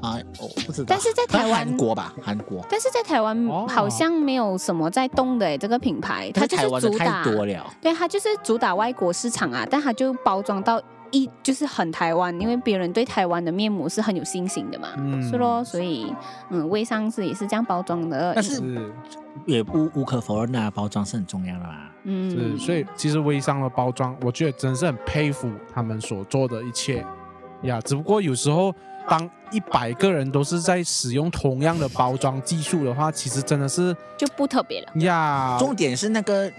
S2: 啊，我不知道。
S1: 但是在台湾
S2: 韩国吧，韩国，
S1: 但是在台湾
S3: 哦
S1: 好像没有什么在动的哎，这个品牌它
S2: 但
S1: 就
S2: 台湾
S1: 是
S2: 的
S1: 主打
S2: 太，多了。
S1: 对，它就是主打外国市场啊，但它就包装到一就是很台湾，因为别人对台湾的面膜是很有信心的嘛，
S3: 嗯
S1: 是咯，所以嗯，微商是也是这样包装的，
S2: 但是
S3: 是
S2: 也不无可否认啊，包装是很重要的啊啦。
S1: 嗯
S3: 是，，所以其实微商的包装，我觉得真是很佩服他们所做的一切呀。只不过有时候，当一百个人都是在使用同样的包装技术的话，其实真的是
S1: 就不特别了。
S3: 呀，
S2: 重点是那个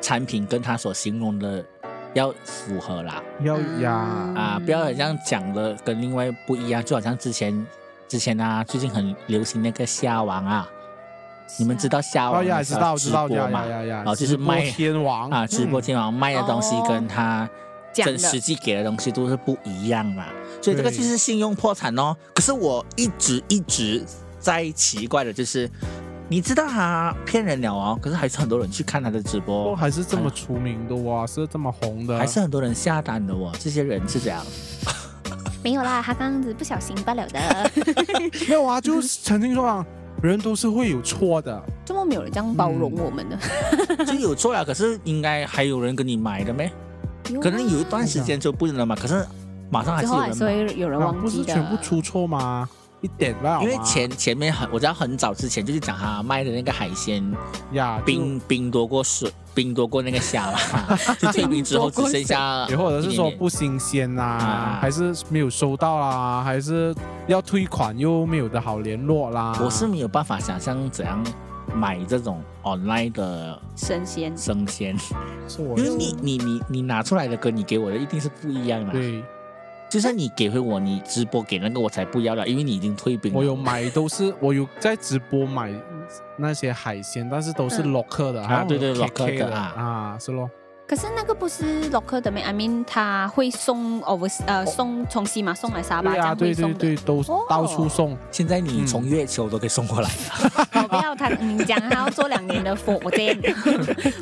S2: 产品跟他所形容的要符合啦，
S3: 要呀，
S2: 啊，
S1: 嗯
S2: 不要好像讲的跟另外不一样，就好像之前之前啊，最近很流行那个虾王啊，你们知道虾
S3: 哦
S2: 王
S3: 呀，
S2: 的
S3: 知道
S2: 啊直
S3: 知道
S2: 播
S3: 呀
S2: 嘛
S3: 呀？呀呀，
S2: 哦就是
S3: 直播
S2: 卖
S3: 天王
S2: 啊，直播
S3: 嗯
S2: 天王卖的东西
S1: 哦
S2: 跟他
S1: 讲
S2: 真
S1: 的
S2: 实际给的东西都是不一样嘛，所以这个
S3: 对
S2: 就是信用破产哦。可是我一直一直在奇怪的就是，你知道他骗人了哦，可是还是很多人去看他的直播
S3: 都
S2: 哦，
S3: 还是这么出名的哇，是这么红的，
S2: 还是很多人下单的哦。这些人 是这样，
S1: 没有啦，他刚刚只是不小心罢了 的。
S3: 没有啊？就是曾经说啊，人都是会有错的，
S1: 这么没有人这样包容我们的，
S2: 就有错啊了，可是应该还有人跟你买的咩？嗯可能有一段时间就不能了嘛，可是马上
S1: 嗯
S2: 还
S1: 之
S2: 是
S1: 后
S2: 有
S1: 还
S2: 人
S1: 是
S2: 买。
S1: 会有人
S3: 啊
S1: 忘
S3: 不是
S1: 记的。
S3: 全部出错吗？一点吧，
S2: 因为
S3: 好吗
S2: 前前面很，我知道很早之前就是讲他卖的那个海鲜
S3: 呀，就
S2: 冰冰多过水，冰多过那个虾嘛， 就退冰之后只剩下
S3: 也或者是说
S2: 啊一点点
S3: 不新鲜啦、
S2: 啊
S3: 还是没有收到啦，还是要退款又没有的好联络啦。
S2: 我是没有办法想象怎样买这种 online 的
S1: 生鲜，
S2: 生鲜，
S3: 是我
S2: 因为你你你你拿出来的跟你给我的一定是不一样的。，
S3: 对
S2: 就算你给回我，你直播给那个我才不要了，因为你已经退冰了。
S3: 我有买都是我有在直播买那些海鲜，但是都是
S1: 嗯
S3: local 的、
S2: 啊
S3: 还有
S2: 对对
S3: KK
S2: local 的
S3: 的
S2: 啊
S3: 啊，是咯，
S1: 可是那个不是 local 的咩？I mean，他会送 over 呃送从西马送来沙巴，
S3: 对
S1: 这
S3: 啊，
S1: 样
S3: 对
S1: 会送
S3: 对
S1: 的。
S3: 对，都
S1: 哦
S3: 到处送，
S2: 现在你从月球都可以送过来，
S1: 我不要他，你讲他要做两年的火箭，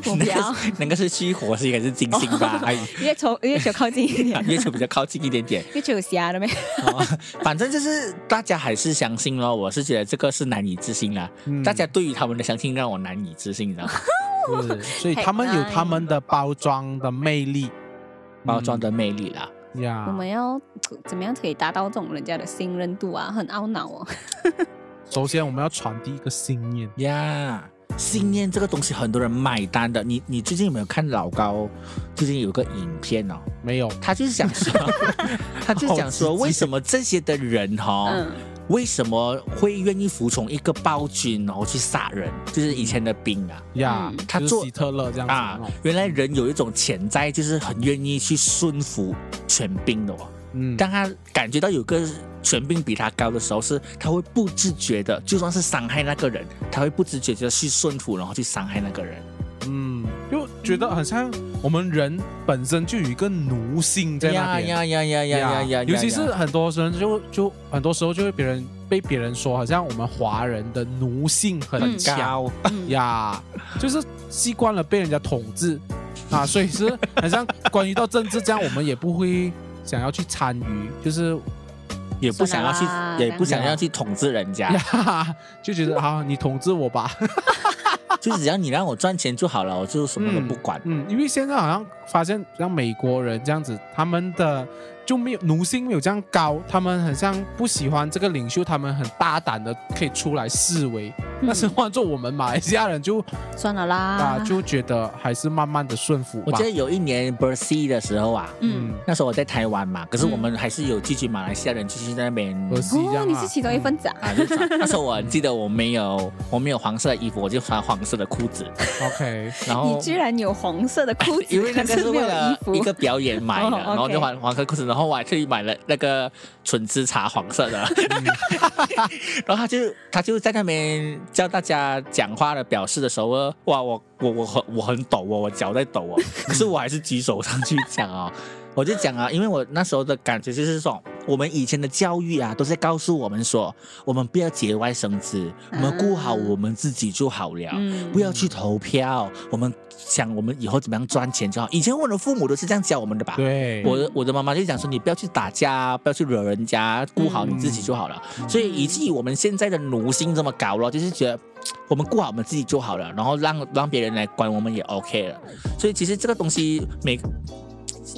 S1: 我不要。
S3: 嗯
S2: 那个是去火星还是金星 吧？哎，
S1: 越从越求靠近一 点，
S2: 月球比较靠近一点点。
S1: 越求有虾了没？
S2: 哦，反正就是大家还是相信咯，我是觉得这个是难以置信啦。
S3: 嗯
S2: 大家对于他们的相信让我难以置信，你知道吗？
S3: 是，所以
S1: 哎
S3: 他们有他们的包装的魅力，
S2: 包装的魅力啦。
S3: 嗯呀，
S1: 我们要怎么样可以达到这种人家的信任度啊？很懊恼哦。
S3: 首先我们要传递一个信念，
S2: 呀、信念这个东西很多人买单的。你你最近有没有看老高？最近有个影片哦，
S3: 没有
S2: 他就是想说，他就是想说，
S3: 好直接
S2: 为什么这些的人哈、
S1: 嗯，
S2: 为什么会愿意服从一个暴君然后去杀人？就是以前的兵啊。
S3: 呀
S1: 嗯，
S2: 他
S3: 就是
S2: 做
S3: 希特勒这样子哦
S2: 啊
S3: 那种，
S2: 原来人有一种潜在，就是很愿意去顺服权柄的哦。
S3: 嗯，
S2: 当他感觉到有个权柄比他高的时候，是他会不自觉的，就算是伤害那个人，他会不自觉的去顺服，然后去伤害那个人。
S3: 嗯，就觉得很像我们人本身就有一个奴性在那边。
S2: 呀呀呀呀呀呀！
S3: 尤其是很多人就就很多时候就会别人被别人说，好像我们华人的奴性很
S1: 嗯
S2: 啊
S3: 强、
S1: 嗯
S3: 呀，就是习惯了被人家统治啊，所以是很像关于到政治这样，我们也不会想要去参与，就是
S2: 也不想要
S1: 算了啦
S2: 去，也不想要去统治人家，
S3: 呀就觉得好，你统治我吧，
S2: 就只要你让我赚钱就好了，我就什么都不管。
S3: 嗯，因为现在好像发现像美国人这样子，他们的就没有奴性没有这样高，他们很像不喜欢这个领袖，他们很大胆的可以出来示威，
S2: 嗯
S3: 但是换做我们马来西亚人就
S1: 算了啦，
S3: 啊就觉得还是慢慢的顺服
S2: 我
S3: 吧
S2: 记。得有一年 b e r s y 的时候啊，
S1: 嗯。
S2: 那时候我在台湾嘛，可是
S1: 嗯
S2: 我们还是有聚集马来西亚人继续在那边。
S3: 和西这样
S1: 哦，
S3: 啊
S1: 你是其中一份子啊？
S2: 啊，就找那时候我记得我没有我没有黄色的衣服，我就穿黄色的裤子，
S3: OK，
S2: 然后
S1: 你居然有红色的裤子，
S2: 哦 因为那
S1: 可
S2: 个
S1: 没
S2: 是为
S1: 有衣
S2: 了
S1: 服
S2: 一个表演买的，
S1: 哦，OK
S2: 然后就换黄色裤子，然后我还去买了那个纯汁茶黄 色的，然后他就他就在那边教大家讲话的表示的时候，呃哇，我我我很我很抖哦，我脚在抖 哦，可是我还是举手上去讲哦。我就讲啊，因为我那时候的感觉就是说，我们以前的教育啊，都在告诉我们说，我们不要节外生枝，我们顾
S1: 啊
S2: 好我们自己就好了。
S1: 嗯
S2: 不要去投票，我们想我们以后怎么样赚钱就好。以前我的父母都是这样教我们的吧？
S3: 对，
S2: 我的我的妈妈就讲说，你不要去打架，不要去惹人家，顾好你自己就好了。
S3: 嗯
S2: 所以以至于我们现在的奴性这么高了，就是觉得嘖嗯我们顾好我们自己就好了，然后让让别人来管我们也 OK 了。所以其实这个东西每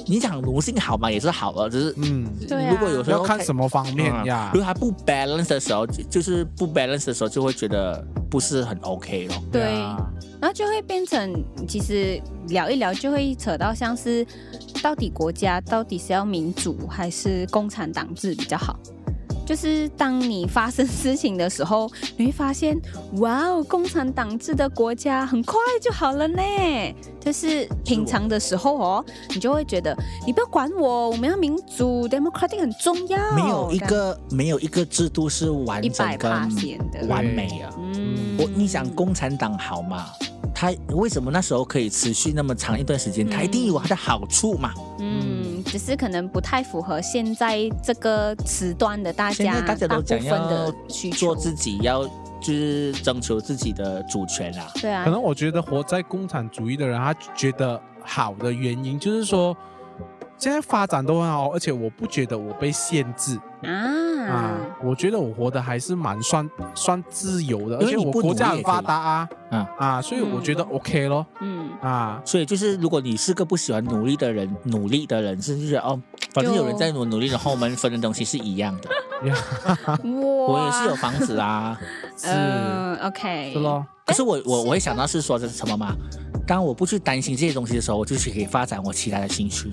S2: 你讲奴性好嘛也是好的，只是
S3: 嗯，
S1: 对啊
S2: 如果有时候
S3: 要看什么方面呀
S2: 嗯如？果它不 balance 的时候，就就是不 balance 的时候，就会觉得不是很 OK 咯。
S1: 对，
S3: 呀
S1: 然后就会变成，其实聊一聊就会扯到像是，到底国家到底是要民主还是共产党制比较好？就是当你发生事情的时候，你会发现，哇哦，共产党制的国家很快就好了呢。就是平常的时候哦，你就会觉得你不要管我，我们要民主，democratic 很重要。
S2: 没有一
S1: 哦这样
S2: 个没有一个制度是完整跟
S1: 100%的
S2: 完美啊！
S1: 嗯
S2: 我你想共产党好嘛？它为什么那时候可以持续那么长一段时间？
S1: 嗯
S2: 它一定有它的好处嘛。
S1: 嗯，只是可能不太符合现在这个时段的大
S2: 现
S1: 家
S2: 在大家都
S1: 大
S2: 讲
S1: 部分
S2: 要
S1: 的需求
S2: 做。自己，要就是征求自己的主权啊。
S1: 对啊
S3: 可，能我觉得活在共产主义的人，他觉得好的原因就是说，现在发展都很好，而且我不觉得我被限制
S1: 啊
S3: 啊，，我觉得我活得还是蛮算算自由的，而
S2: 因为
S3: 且
S2: 你
S3: 我
S2: 不
S3: 国
S2: 努
S3: 家
S2: 力
S3: 很
S2: 也
S3: 发
S2: 可以
S3: 达啊
S2: 嗯
S3: 啊，所以我觉得 OK 咯
S1: 嗯，
S3: 啊，
S2: 所以就是，如果你是个不喜欢努力的人，努力的人是就是哦，反正有人在努努力，然后我们分的东西是一样的。
S1: 我
S2: 我也是有房子啊，
S3: 是
S1: 嗯，OK，
S3: 是咯，
S2: 可是我
S1: 哎
S2: 我我会想到是说的是什么吗？当我不去担心这些东西的时候，我就是可以发展我其他的兴趣，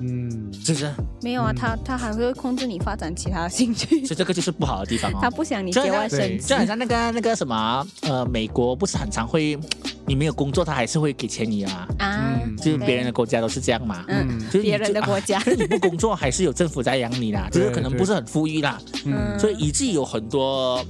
S3: 嗯，
S2: 是不是？
S1: 没有啊，
S3: 嗯
S1: 他他还会控制你发展其他兴趣，
S2: 所以这个就是不好的地方
S1: 他
S2: 哦。
S1: 不想你
S2: 这样
S1: 节外生
S3: 对
S2: 就
S1: 枝
S2: 好。像那个那个什么呃，美国不是很常会，你没有工作他还是会给钱你啊，
S1: 啊，
S3: 嗯
S2: 就是别人的国家都是这样嘛。
S1: 嗯，
S2: 就是你
S1: 别人的国 家
S2: 就，是你不工作还是有政府在养你啦，只是可能不是很富裕啦，
S1: 嗯，
S2: 所以以至于有很多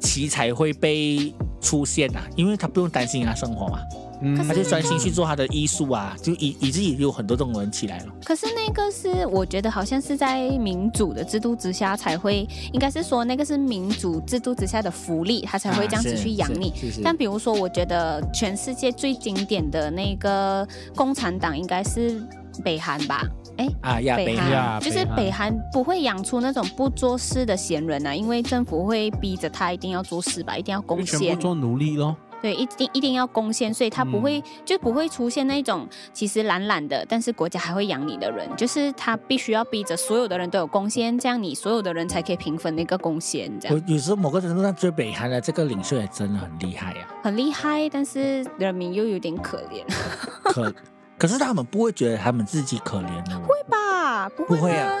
S2: 奇才会被出现啊，因为他不用担心他生活嘛，
S3: 嗯
S2: 他就专心去做他的艺术啊，就以以至于有很多这种人起来了。
S1: 可是那个是，我觉得好像是在民主的制度之下才会，应该是说那个是民主制度之下的福利，他才会这样子去养你。
S2: 啊是。是是
S1: 但比如说，我觉得全世界最经典的那个共产党应该是北韩吧。哎，
S2: 啊呀，北
S1: 韩
S2: 韩
S3: 呀
S1: 就是
S3: 北韩
S1: 北韩不会养出那种不做事的闲人啊，因为政府会逼着他一定要做事吧，一定要
S3: 就
S1: 贡
S3: 全
S1: 献
S3: 部。做嗯奴隶咯，
S1: 对，一定一定要攻陷，所以他不会、就不会出现那种其实懒懒的，但是国家还会养你的人，就是他必须要逼着所有的人都有贡献，这样你所有的人才可以平分那个贡献，这样
S2: 我有时候某个程度上，追北韩的这个领袖也真的很厉害 啊呀、
S1: 很厉害，但是人民又有点可怜，
S2: 啊。可可是他们不会觉得他们自己可怜的，
S1: 会吧？不
S2: 会吗
S1: 会啊，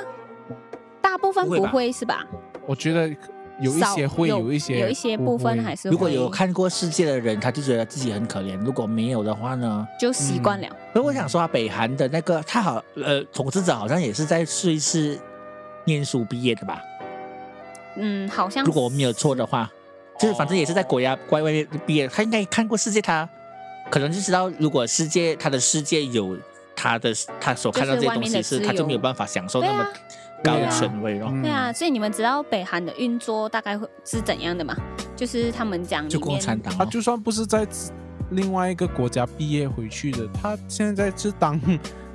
S1: 大部分
S2: 不会
S1: 不
S2: 吧
S1: 会是吧？
S3: 我觉得有一
S1: 少
S3: 些会
S1: 有
S3: 一些嗯
S1: 有一些部分还
S3: 是
S1: 是
S2: 如果
S1: 会
S2: 有看过世界的人，他就觉得自己很可怜；如果没有的话呢？
S1: 就习惯了，
S2: 那我想说、啊，北韩的那个他好呃，统治者好像也是在瑞士念书毕业的吧？
S1: 嗯，好像
S2: 如果我没有错的话，就是反正也是在
S1: 哦
S2: 国家国外面毕业，他应该看过世界他，可能就知道如果世界他的世界有他的他所看到这些东西
S1: 就是外面的自
S2: 是，
S1: 由啊
S2: 他就没有办法享受那么高的权威咯。
S1: 对
S3: 嗯
S1: 啊，所以你们知道北韩的运作大概会是怎样的吗？就是他们讲
S2: 就
S1: 里
S2: 共
S1: 面
S2: 产党
S3: 他
S2: 咯、
S3: 啊就算不是在另外一个国家毕业回去的，他现在是当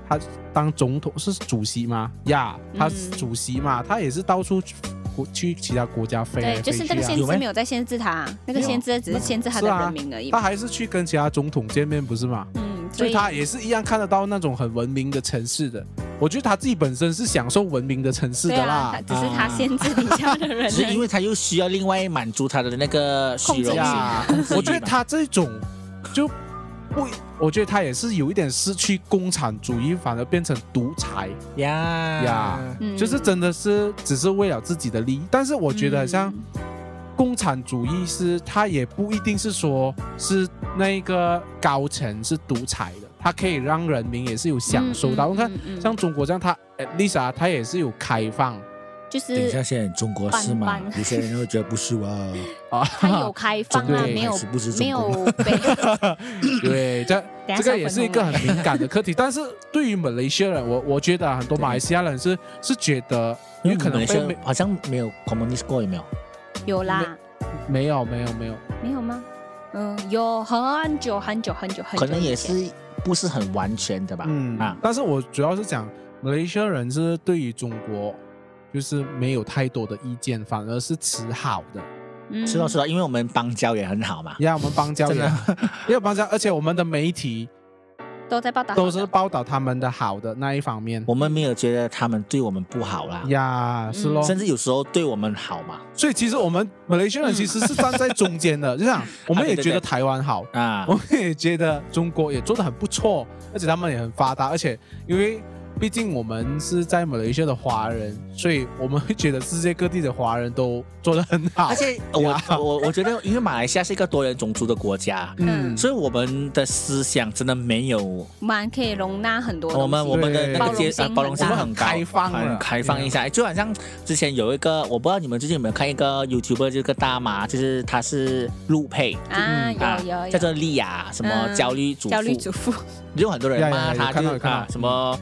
S3: 他当总统是主席吗？呀、他是
S1: 嗯
S3: 主席嘛，他也是到处去国去其他国家飞来
S1: 对，
S3: 飞
S1: 就是这个
S3: 去啊
S1: 限
S2: 有
S1: 制
S2: 咩
S1: 没有在限制他，啊那个
S3: 没有
S1: 限制只是限制他的
S3: 是啊
S1: 人民而已
S3: 他
S1: 嘛。
S3: 还是去跟其他总统见面不是吗？
S1: 嗯，
S3: 所
S1: 所
S3: 以
S1: 以
S3: 他也是一样看得到那种很文明的城市的，我觉得他自己本身是享受文明的城市的
S1: 对啊，
S3: 啦
S1: 他，只是他限制底下的人而已，
S2: 是因为他又需要另外满足他的那个虚
S1: 控
S2: 荣
S1: 制欲
S2: 心
S1: 啊，
S2: 控制欲嘛
S3: 我觉得他这种就不，我觉得他也是有一点失去共产主义，反而变成独裁，
S2: 呀
S3: 呀
S1: 嗯
S3: 就是真的是只是为了自己的利益。但是我觉得好像
S1: 嗯
S3: 共产主义是，他也不一定是说是那个高层是独裁的，他可以让人民也是有享受到。
S1: 嗯嗯
S3: 你看
S1: 嗯嗯
S3: 像中国这样，他 at least 啊，他也是有开放
S1: 就
S2: 等一下，
S1: 是
S2: 现在中国是吗
S1: 斑？斑
S2: 有些人会觉得不是 哇，哦
S3: 啊，
S1: 他有开放
S3: 中
S1: 啊，
S3: 国
S1: 没
S2: 还
S1: 有
S2: 是不是中国
S1: 没有被
S3: 对，这
S1: 等一下
S3: 这个也是一个
S1: 小粉红
S3: 很敏感的课题。 但是对于马来西亚人，我我觉得啊很多马来西亚人是是觉得，因为可能被
S2: 是
S3: 没
S2: 好像没有 communist 过有没有？
S1: 有啦，
S3: 没有没有没有，
S1: 没有吗？嗯，有很久很久很久很久以前，
S2: 可能也是不是很完全的吧？
S3: 嗯
S2: 啊，
S3: 但是我主要是讲马来西亚人是对于中国就是没有太多的意见，反而是持好的。
S1: 嗯
S2: 是的，是的，因为我们邦交也很好嘛。
S3: 呀，我们邦交
S2: 真
S3: 也
S2: 的，
S3: 也有邦交，而且我们的媒体
S1: 都在报道，
S3: 都是报道他们的好的那一方面。
S2: 我们没有觉得他们对我们不好啦，
S3: 呀，是咯，
S2: 甚至有时候对我们好嘛。
S3: 所以其实我们马来西亚人其实是站在中间的，就像我们
S2: 啊
S3: 也
S2: 对对
S3: 觉得
S2: 对
S3: 台湾好，
S2: 啊
S3: 我，们也觉得中国也做得很不错，而且他们也很发达，而且因为毕竟我们是在马来西亚的华人，所以我们会觉得世界各地的华人都做得很好啊
S2: 而。 且我我我觉得，因为马来西亚是一个多元种族的国家，
S1: 嗯
S2: 所以我们的思想真的没有
S1: 蛮可以容纳很多东西
S2: 哦我们我们的那个接
S1: 对
S2: 啊包容性
S1: 包容性
S2: 很高，
S3: 很大我们很开放啊了
S2: 很开放一下。就好像之前有一个，我不知道你们最近有没有看一个 YouTuber，这个大妈，就是她是陆配。嗯
S1: 啊，有有有，
S2: 叫做莉亚，什么
S1: 嗯
S2: 焦虑主妇，
S1: 焦虑主妇，
S2: 有很多人骂
S3: 呀呀呀有
S2: 她，
S3: 看
S2: 就
S3: 到
S2: 是
S3: 有看到
S2: 啊什么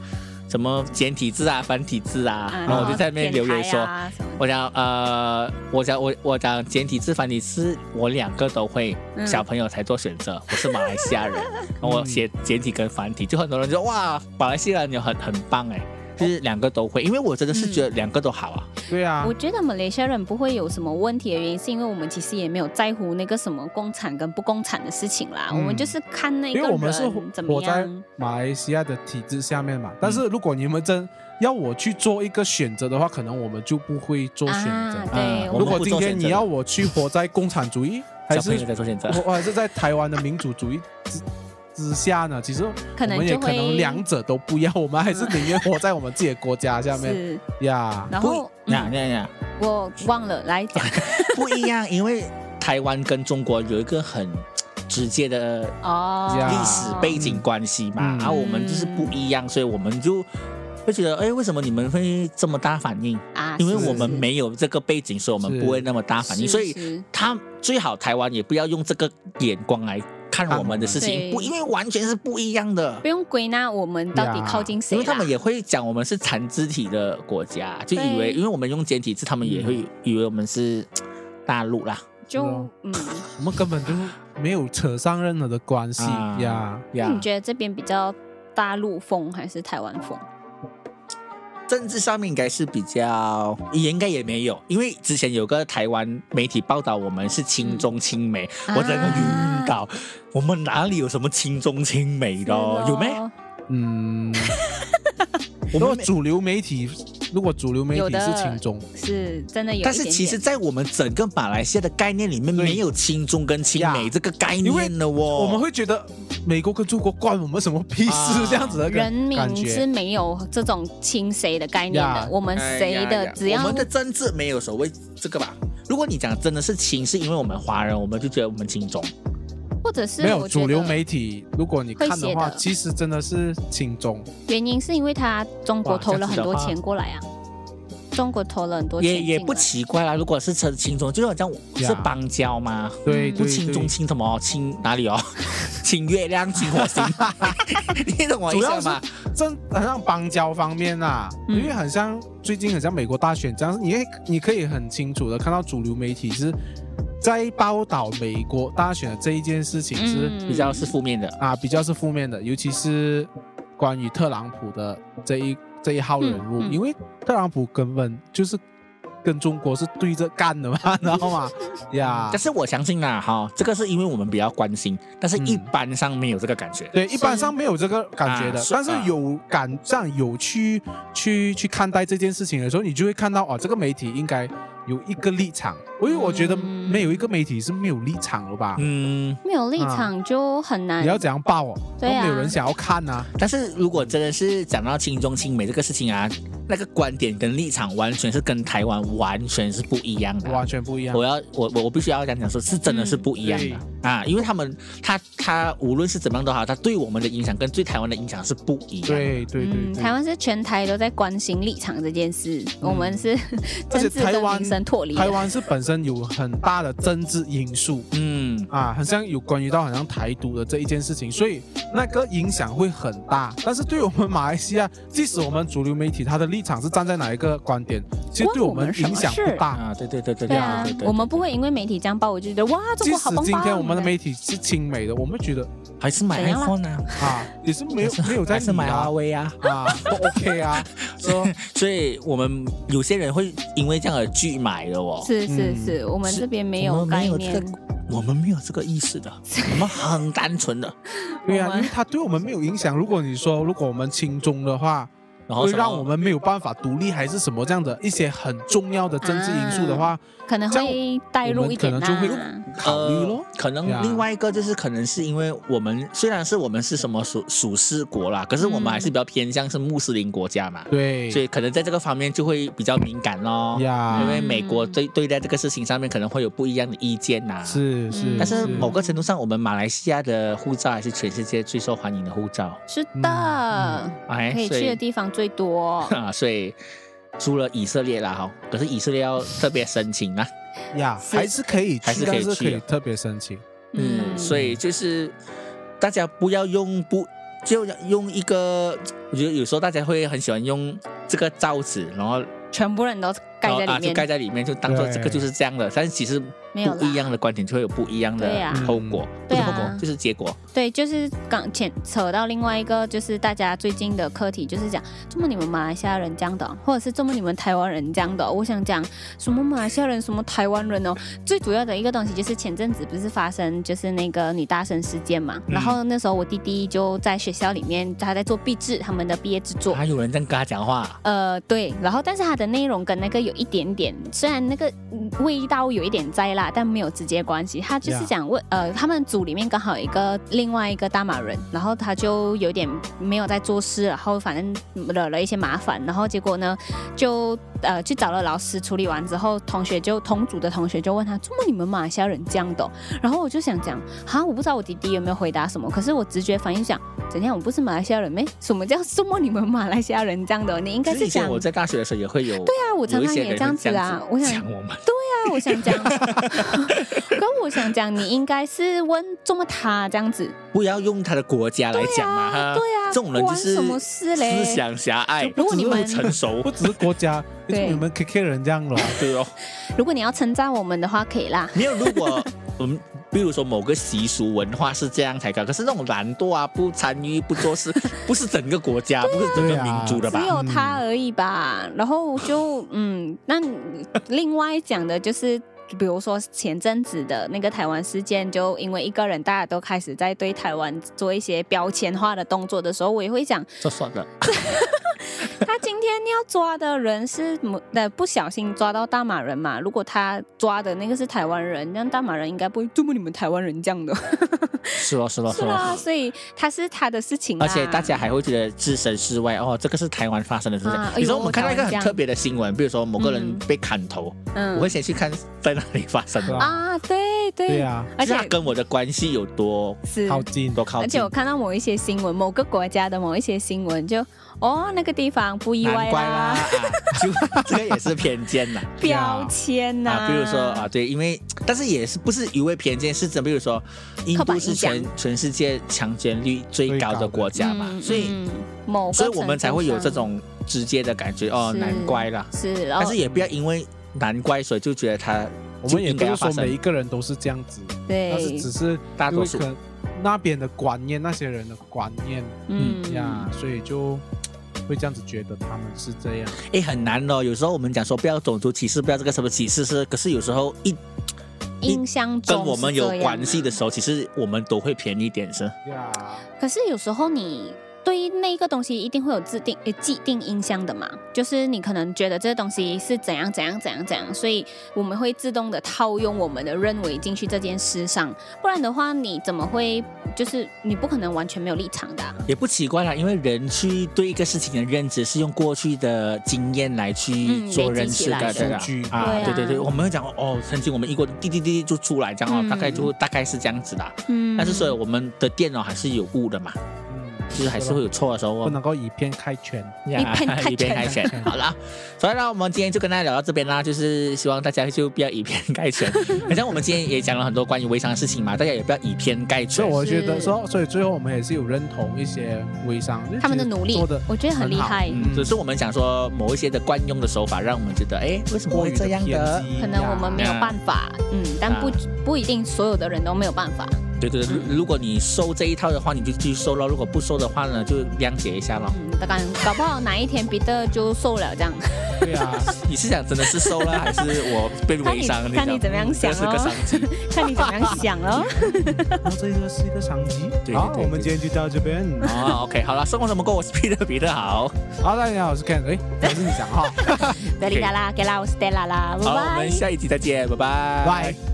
S2: 什么简体字啊、繁体字啊，
S1: 啊
S2: 然后我就在那边留言
S1: 天台
S2: 说，
S1: 啊什么
S2: 我讲呃，我讲我我讲简体字、繁体字，我两个都会，
S1: 嗯
S2: 小朋友才做选择。我是马来西亚 人，然后我写简体跟繁体，就很多人说哇，马来西亚人有很很棒哎，就是两个都会，因为我真的是
S1: 嗯
S2: 觉得两个都好啊。
S3: 对啊
S1: 我，觉得马来西亚人不会有什么问题的原因，是因为我们其实也没有在乎那个什么共产跟不共产的事情啦，
S3: 嗯
S1: 我们就是看那
S3: 因
S1: 个
S3: 为我们是
S1: 人怎么
S3: 活在
S1: 样。
S3: 马来西亚的体制下面嘛。但是如果你们真要我去做一个选择的话，可能我们就不会做选择
S1: 啊。对
S2: 嗯
S1: 我
S2: 我
S3: 如
S2: 们
S3: 果
S2: 不
S3: 今
S2: 做
S3: 天
S2: 选择
S3: 你要我去活在共产主义，还
S2: 小朋友
S3: 是
S2: 在做选择，
S3: 我我还是在台湾的民主主义之之下呢？其实
S1: 可能
S3: 我们也
S1: 就
S3: 可能
S1: 会
S3: 两者都 不要，我们还是宁愿活在我们自己的国家下面
S1: 是，
S3: 呀。
S1: 然
S2: 不
S1: 后、嗯
S2: 一呀呀呀，
S1: 我忘了来讲
S2: 不一样，因为台湾跟中国有一个很直接的
S1: 哦，
S3: 呀
S2: 历史背景关系嘛，
S3: 嗯
S2: 然后、我们就是不一样，所以我们就会觉得，哎，为什么你们会这么大反应？
S1: 啊，
S2: 因为
S1: 是
S2: 我们
S1: 是
S2: 没有这个背景，所以我们
S3: 是
S2: 不会那么大反应。
S1: 是
S2: 所以
S1: 是
S2: 他最好台湾也不要用这个眼光来看我们的事
S1: 看我们
S2: 情，
S1: 嗯
S2: 不，
S1: 对
S2: 因为完全是不一样的
S1: 不。用归纳我们到底
S3: 呀
S1: 靠近
S2: 因
S1: 谁啊啦，嗯
S2: 为他们也会讲我们是残肢体的国家，就以
S1: 对
S2: 为
S1: 嗯
S2: 因为我们用简体字，他们也会以为我们是大陆啦。
S1: 就嗯，
S3: 我们根本就没有扯上任何的关系
S2: 啊
S3: 呀。
S1: 那
S2: 呀
S1: 你，觉得这边比较大陆风还是台湾风？
S2: 政治上面应该是比较，也应该也没有，因为之前有个台湾媒体报道我们是亲中亲美，
S1: 嗯
S2: 我整个晕倒，我们哪里有什么亲中亲美的哦？
S1: 啊
S2: 有没？
S3: 嗯，
S2: 我
S3: 如果
S2: 们没
S3: 主流媒体，如果主流媒
S1: 有
S3: 体
S1: 的
S3: 是轻中，
S1: 是真的有一点
S2: 但
S1: 点，
S2: 是其实，在我们整个马来西亚的概念里面，
S3: 对
S2: 没有亲中跟亲
S3: 呀
S2: 美这个概
S3: 因为
S2: 念的哦。
S3: 我们会觉得美国跟中国关我们什么屁事
S2: 啊
S3: 这样子的
S1: 人
S3: 感感
S1: 民是
S3: 觉。
S1: 没有这种亲谁的概念
S3: 呀
S1: 的，我们
S2: 哎
S1: 谁
S2: 呀
S1: 的
S2: 呀
S1: 只要
S2: 我们的政治没有所谓这个吧。如果你讲真的是亲，是因为我们华人，我们就觉得我们亲中。
S1: 或者是
S3: 没有
S1: 我觉
S3: 主流
S1: 得
S3: 媒体，如果你看的
S1: 会
S3: 话，
S1: 写的
S3: 其实真的是轻中。
S1: 原因是因为他中国
S2: 哇
S1: 投
S2: 这
S1: 了
S2: 样
S1: 很
S2: 子的
S1: 多
S2: 话
S1: 钱过来啊，中国投了很多钱
S2: 也也
S1: 进
S2: 不
S1: 来
S2: 奇怪啦。如果是称亲中，就好像是
S3: 呀
S2: 邦交嘛。
S1: 嗯
S3: 对，
S2: 不
S3: 对
S2: 亲中
S3: 对
S2: 亲什么？亲哪里哦？ 亲月亮，亲火 星，你懂我意
S3: 主
S2: 思
S3: 要是
S2: 吗？
S3: 真很像邦交方面啊，
S1: 嗯
S3: 因为很像最近很像美国大选这样，你也你可以很清楚的看到主流媒体是在报道美国大选的这一件事情是、
S1: 嗯
S2: 比较是负面的。
S3: 啊比较是负面的，尤其是关于特朗普的这一这一号人物，
S1: 嗯嗯
S3: 因为特朗普根本就是。跟中国是对着干的嘛， 你知道吗？呀、
S2: 但是我相信啦，哈，这个是因为我们比较关心，但是一
S3: 嗯
S2: 般上没有这个感觉。
S3: 对，一般上没有这个感觉的，
S2: 啊是
S3: 但是有感上有去去去看待这件事情的时候，你就会看到哦，这个媒体应该有一个立场，因为我觉得
S1: 嗯
S3: 没有一个媒体是没有立场的吧？
S2: 嗯，
S1: 没有立场就很难
S3: 你。要怎样报哦？
S1: 对啊
S3: 都没有人想要看呐、啊。
S2: 但是如果真的是讲到亲中亲美这个事情啊，那个观点跟立场完全是跟台湾完全是不一样的啊。
S3: 完全不一
S1: 嗯
S3: 样
S2: 我。要我我我必须要讲讲说，是真的是不一样的、
S3: 嗯
S2: 啊，因为他们他他无论是怎么样都好，他对我们的影响跟对台湾的影响是不一样的。
S3: 对对对
S1: 嗯，
S3: 对，嗯
S1: 台湾是全台都在关心立场这件事，我们是
S3: 而
S1: 政
S3: 且
S1: 治
S3: 台
S1: 跟
S3: 湾
S1: 民生脱离了。啊
S3: 台湾是本身有很大的政治因素
S2: 嗯，
S3: 啊，好像有关于到好像台独的这一件事情，所以那个影响会很大。但是对我们马来西亚，即使我们主流媒体它的立场是站在哪一个观点，其实对我们影响不大。
S2: 啊，对对对
S1: 对
S2: 对对
S1: 啊
S2: 对，对，
S1: 我们不会因为媒体这样报，我就觉得哇，中
S3: 即
S1: 国
S3: 使
S1: 好棒棒。
S3: 今天我们的媒体是亲美的，我们觉得
S2: 还是买
S1: 怎样啦
S2: iPhone 啊，
S3: 啊也是没有没有在
S2: 还是
S3: 理
S2: 买
S3: 啊
S2: 华为啊。
S3: 啊都 OK 啊，说
S2: 所以我们有些人会因为这样而拒买的哦。
S1: 是是
S3: 嗯
S1: 是，我们
S2: 是
S1: 这边没
S2: 我
S1: 有
S2: 们没
S1: 概
S2: 有这
S1: 念
S2: 个，我们没有这个意识的， 我们很单纯的。
S3: 对啊
S1: 我，
S3: 因
S1: 们
S3: 为它对我们没有影响。如果你说如果我们亲中的话，
S2: 然后
S3: 会
S2: 什么
S3: 让我们没有办法独立，还是什么这样的一些很重要的政治因素的话，
S1: 可能
S3: 这样
S1: 会带入一点啊
S3: 我们
S1: 呐、
S3: 可能就会哦嗯考虑咯
S2: 呃。可能
S3: Yeah
S2: 另外一个就是，可能是因为我们虽然是我们是什么属属世国啦，可是我们
S1: 嗯
S2: 还是比较偏向是穆斯林国家嘛，
S3: 对，
S2: 所以可能在这个方面就会比较敏感咯。
S3: 呀
S2: 因为美国
S1: 嗯
S2: 对对待这个事情上面可能会有不一样的意见呐、
S3: 是是，
S2: 但是
S1: 嗯
S2: 某个程度上，我们马来西亚的护照还是全世界最受欢迎的护 照，
S1: 是
S3: 嗯
S1: 的，
S2: 哎，
S1: 可以
S2: 所。
S1: 去的地方最 多
S2: 啊，所以输了以色列啦哈，可是以色列要特别申请啊，
S3: 呀，
S1: 是
S3: 还是可以
S2: 还是
S3: 去，
S2: 可以
S3: 但是
S2: 去
S3: 可以
S2: 的
S3: 特别申请。
S2: 嗯，所以就是大家不要用不就用一个，我觉得有时候大家会很喜欢用这个罩子，然后
S1: 全部人都盖在
S2: 然后
S1: 里
S2: 啊就
S1: 面，
S2: 盖在里面，就当做这个
S3: 对
S2: 就是这样的，但是其实
S1: 没有
S2: 不一
S1: 啦。
S2: 样的观点就会有不一样
S1: 对
S2: 的
S1: 啊
S2: 后果，不
S1: 对
S2: 是
S1: 啊
S2: 后果就是结果，
S1: 对，就是刚前扯到另外一个，就是大家最近的课题，就是讲，怎么你们马来西亚人这样的哦，或者是怎么你们台湾人这样的哦？我想讲什么马来西亚人，什么台湾人哦。最主要的一个东西就是前阵子不是发生就是那个女大生事件嘛，
S2: 嗯
S1: 然后那时候我弟弟就在学校里面，他在做毕制，他们的毕业制作。
S2: 还有人这样跟他讲话，
S1: 呃，对，然后但是它的内容跟那个有一点点，虽然那个嗯味道有一点在啦，但没有直接关系。他就是
S3: Yeah.
S1: 讲问呃，他们组里面刚好有一个另外一个大马人，然后他就有点没有在做事，然后反正惹了一些麻烦，然后结果呢就呃去找了老师处理完之后，同学就同组的同学就问他，怎么你们马来西亚人这样的哦、然后我就想讲，哈，我不知道我弟弟有没有回答什么，可是我直觉反应想，怎样，我不是马来西亚人咩？什么叫什么你们马来西亚人这样的哦？你应该
S2: 其实
S1: 是
S2: 以
S1: 讲
S2: 前我在大学的时候也会有，对
S1: 对啊，我常常也这样子啊。我想，对
S2: 讲我们。
S1: 啊，我想讲， 跟我想讲， 你应该是问这么他这样子，
S2: 不要用他的国家来讲嘛，
S1: 对啊
S2: 哈，
S1: 对啊
S2: 这种人就
S1: 关
S2: 是
S1: 什么事嘞
S2: 思想狭隘，
S1: 如果你们
S2: 不成熟
S3: 不，只是国家，为什 么
S1: 对
S3: 你们 KK 人这样了？
S2: 对哦，
S1: 如果你要称赞我们的话，可以啦。
S2: 没有。如果我们比如说某个习俗文化是这样才搞，可是那种懒惰啊，不参与、不做事，不是整个国家，不是整个民族的吧
S1: 只？有他而已吧，然后就嗯，那你另外讲的就是，比如说前阵子的那个台湾事件，就因为一个人，大家都开始在对台湾做一些标签化的动作的时候，我也会讲，
S2: 这算了，
S1: 他今天要抓的人是某呃不小心抓到大马人嘛？如果他抓的那个是台湾人，那大马人应该不会这么你们台湾人这样的，
S2: 是咯，是咯，
S1: 是啊
S2: 咯。
S1: 啦。所以他是他的事情啦，
S2: 而且大家还会觉得置身事外哦，这个是台湾发生的事
S1: 啊哎呦
S2: 情。有时候我们看到一个
S1: 我讨厌这
S2: 很
S1: 样
S2: 特别的新闻，比如说某个人
S1: 嗯
S2: 被砍头，我
S1: 嗯
S2: 会先去看在哪里发生的，
S3: 啊
S1: 啊，对对，
S3: 对啊，
S1: 而
S2: 就是
S1: 且
S2: 它跟我的关系有多
S1: 是
S3: 靠近
S2: 多靠
S1: 而
S2: 近。
S1: 且我看到某一些新闻，某个国家的某一些新闻就，哦，那个地方不意
S2: 难
S1: 外
S2: 怪啦，啊、就 这个也是偏见 呐
S1: 标签呐、
S2: 啊，比如说啊，，对，因为但是也是不是一味偏见，是真，比如说印
S1: 刻板
S2: 度
S1: 印
S2: 是 全
S1: 象
S2: 全世界强奸率最
S3: 最
S2: 高
S3: 高
S2: 的
S3: 的
S2: 国家嘛，
S1: 嗯
S2: 所以、
S1: 嗯某个
S2: 所以我们才会有这
S1: 程度
S2: 种直接的感觉哦，
S1: 是
S2: 难怪啦，
S1: 上是，哦然
S2: 但
S1: 后
S2: 是也不要因为难怪所以就觉得它
S3: 我
S2: 就
S3: 们也
S2: 应
S3: 不
S2: 该
S3: 是
S2: 要
S3: 说
S2: 发
S3: 每一
S2: 生，
S3: 个人都是这样子，但是
S1: 对
S3: 只，是
S2: 大
S3: 因
S2: 多
S3: 为
S2: 数
S3: 可能那边的观念，那些人的观念
S1: 嗯
S3: 呀，所以就会这样子觉得他们是这样。
S2: 哎，很难的哦。有时候我们讲说不要种族歧视，不要这个什么歧视是，可是有时候一
S1: 印象中
S2: 跟我们
S1: 是
S2: 有
S1: 这样啊
S2: 关系的时候，其实我们都会便宜一点是。
S3: 呀，
S1: 可是有时候你对那个东西一定会有制定呃既定印象的嘛，就是你可能觉得这东西是怎样怎样怎样怎样，所以我们会自动的套用我们的认为进去这件事上，不然的话你怎么会就是你不可能完全没有立场的啊、
S2: 也不奇怪啦，因为人去对一个事情的认知是用过去的经验来去
S1: 嗯
S2: 做
S1: 累
S2: 认
S1: 积起
S2: 识
S1: 来
S2: 的，
S1: 的
S2: 对吧
S3: 数据
S2: 啊，
S1: 对啊
S2: 对对对，我们会讲哦，曾经我们一过滴滴滴滴就出来这样哦，
S1: 嗯
S2: 大概就大概是这样子的。
S1: 嗯，
S2: 但是所以我们的电脑还是有误的嘛，
S3: 嗯，
S2: 就是还是会有错的时候
S3: 不
S2: 哦。
S3: 能够以偏概全。
S2: 呀
S1: 一边开
S2: 一边
S1: 拳
S2: 开拳。 好了，所以呢，我们今天就跟大家聊到这边啦，就是希望大家就不要以偏概 全。好像我们今天也讲了很多关于微商的事情嘛，大家也不要以偏概
S3: 所
S2: 全
S3: 以。我
S1: 是
S3: 觉得说，所以最后我们也是有认同一些微商就
S1: 嗯他们
S3: 觉
S1: 的
S3: 得
S1: 努力
S3: 做的，
S1: 我觉得很厉
S3: 好
S1: 害。
S2: 嗯，只是我们讲说某一些的惯用的手法，让我们觉得，哎，为什么
S3: 过
S2: 会
S3: 于
S2: 这样的
S3: 偏？激呀，
S1: 可能
S2: 嗯
S1: 我们没有办法，嗯，但不、
S2: 啊
S1: 不一定所有的人都没有办法。
S2: 对对对，
S1: 嗯
S2: 如果你收这一套的话，你就继续收咯；如果不收的话呢，就谅解一下咯。
S1: 嗯，大概搞不好哪一天彼得就瘦了这样，
S3: 对啊，
S2: 你是想真的是收了，还是我被微商？
S1: 看你看你怎么样 想
S2: 这是个
S1: 咯
S2: 商机。
S1: 看你怎么样想哦。
S3: 然后这个是一个商机。
S2: 对
S3: 好，
S2: 对
S3: 我们
S2: 对
S3: 今天就到 这边。
S2: 哦，OK，好了，生活怎么过？我是 Peter，彼得好。
S3: 好，大家好，我是 Ken。哎， 还是你讲哈，
S1: 德里达啦，给啦，我是 Stella 啦，拜
S2: 好，我们
S1: 拜。
S2: 下一集再见，拜拜，
S3: 拜。